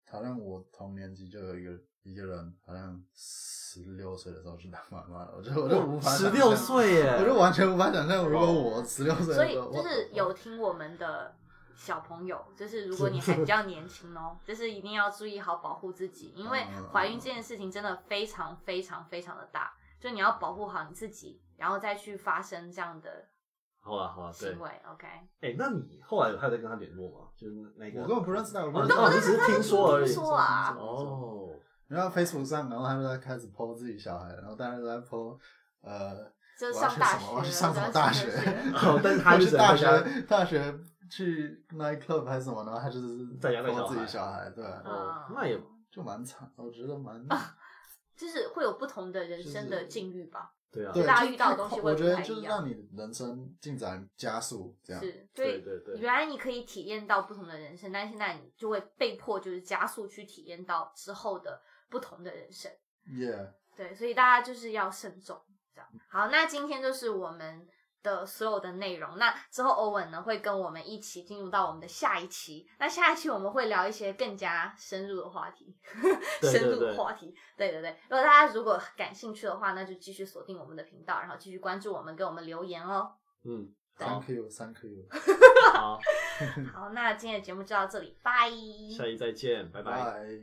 [SPEAKER 3] 好像我同年级就有一个一个人，好像十六岁的时候去当妈妈了，我就我就无法
[SPEAKER 2] 十
[SPEAKER 3] 想
[SPEAKER 2] 六
[SPEAKER 3] 象，
[SPEAKER 2] 岁耶，
[SPEAKER 3] 我就完全无法想象，如果我十六岁
[SPEAKER 1] 所
[SPEAKER 3] 的
[SPEAKER 1] 以
[SPEAKER 3] 时候，
[SPEAKER 1] 就是
[SPEAKER 3] 我
[SPEAKER 1] 有听我们的小朋友，就是如果你还比较年轻哦，就是一定要注意好保护自己，因
[SPEAKER 3] 嗯
[SPEAKER 1] 为怀孕这件事情真的非常非常非常的大，就你要保护好你自己，然后再去发生这样的
[SPEAKER 2] 好啦
[SPEAKER 3] 啊
[SPEAKER 2] 好啦，啊对
[SPEAKER 1] 行。为。OK，
[SPEAKER 2] 哎，那你后来有还有在跟他联络吗？就是那个
[SPEAKER 3] 我根本不认识他，我
[SPEAKER 2] 哦
[SPEAKER 3] 根
[SPEAKER 2] 你
[SPEAKER 3] 本
[SPEAKER 2] 哦你只是听说而已
[SPEAKER 1] 听说啊
[SPEAKER 2] 哦，
[SPEAKER 3] 然后 Facebook 上，然后他们在开始 po 自己小孩，然后大家都在 po 呃，
[SPEAKER 1] 就是
[SPEAKER 3] 我要
[SPEAKER 1] 上
[SPEAKER 3] 去
[SPEAKER 1] 大学，
[SPEAKER 3] 什么，我要去上什么大学
[SPEAKER 1] 我要上，
[SPEAKER 2] 哦但是他就
[SPEAKER 3] 去
[SPEAKER 2] 是
[SPEAKER 3] 大
[SPEAKER 2] 在家
[SPEAKER 3] 学大学去 night club 还是什么，然后他就是
[SPEAKER 2] 在家带
[SPEAKER 3] po
[SPEAKER 2] 小孩
[SPEAKER 3] 自己小孩，对，
[SPEAKER 1] 嗯
[SPEAKER 2] 哦，那也
[SPEAKER 3] 就蛮惨，我觉得蛮。
[SPEAKER 1] 啊就是会有不同的人生
[SPEAKER 3] 就
[SPEAKER 1] 的
[SPEAKER 3] 是
[SPEAKER 1] 境遇吧。
[SPEAKER 2] 对啊，
[SPEAKER 3] 对，
[SPEAKER 1] 大家
[SPEAKER 3] 就
[SPEAKER 1] 遇到的东西会
[SPEAKER 3] 我
[SPEAKER 1] 不
[SPEAKER 3] 觉得
[SPEAKER 1] 太
[SPEAKER 3] 就
[SPEAKER 1] 一
[SPEAKER 3] 是
[SPEAKER 1] 样
[SPEAKER 3] 让你人生进展加速这样。
[SPEAKER 1] 是，所
[SPEAKER 2] 对
[SPEAKER 1] 以
[SPEAKER 2] 对对，
[SPEAKER 1] 原来你可以体验到不同的人生，但现在你就会被迫就是加速去体验到之后的不同的人生。
[SPEAKER 3] Yeah，
[SPEAKER 1] 对，所以大家就是要慎重，这
[SPEAKER 2] 嗯
[SPEAKER 1] 样。好，那今天就是我们的所有的内容。那之后欧文呢会跟我们一起进入到我们的下一期。那下一期我们会聊一些更加深入的话题，
[SPEAKER 2] 对
[SPEAKER 1] 深入
[SPEAKER 2] 对对
[SPEAKER 1] 的话题。对对对，如果大家如果感兴趣的话，那就继续锁定我们的频道，然后继续关注我们，给我们留言哦。
[SPEAKER 2] 嗯， 好
[SPEAKER 3] ，Thank you，Thank you，
[SPEAKER 2] 好，嗯
[SPEAKER 1] 好，那今天的节目就到这里，拜。
[SPEAKER 2] 下一再见，拜拜。
[SPEAKER 3] 拜。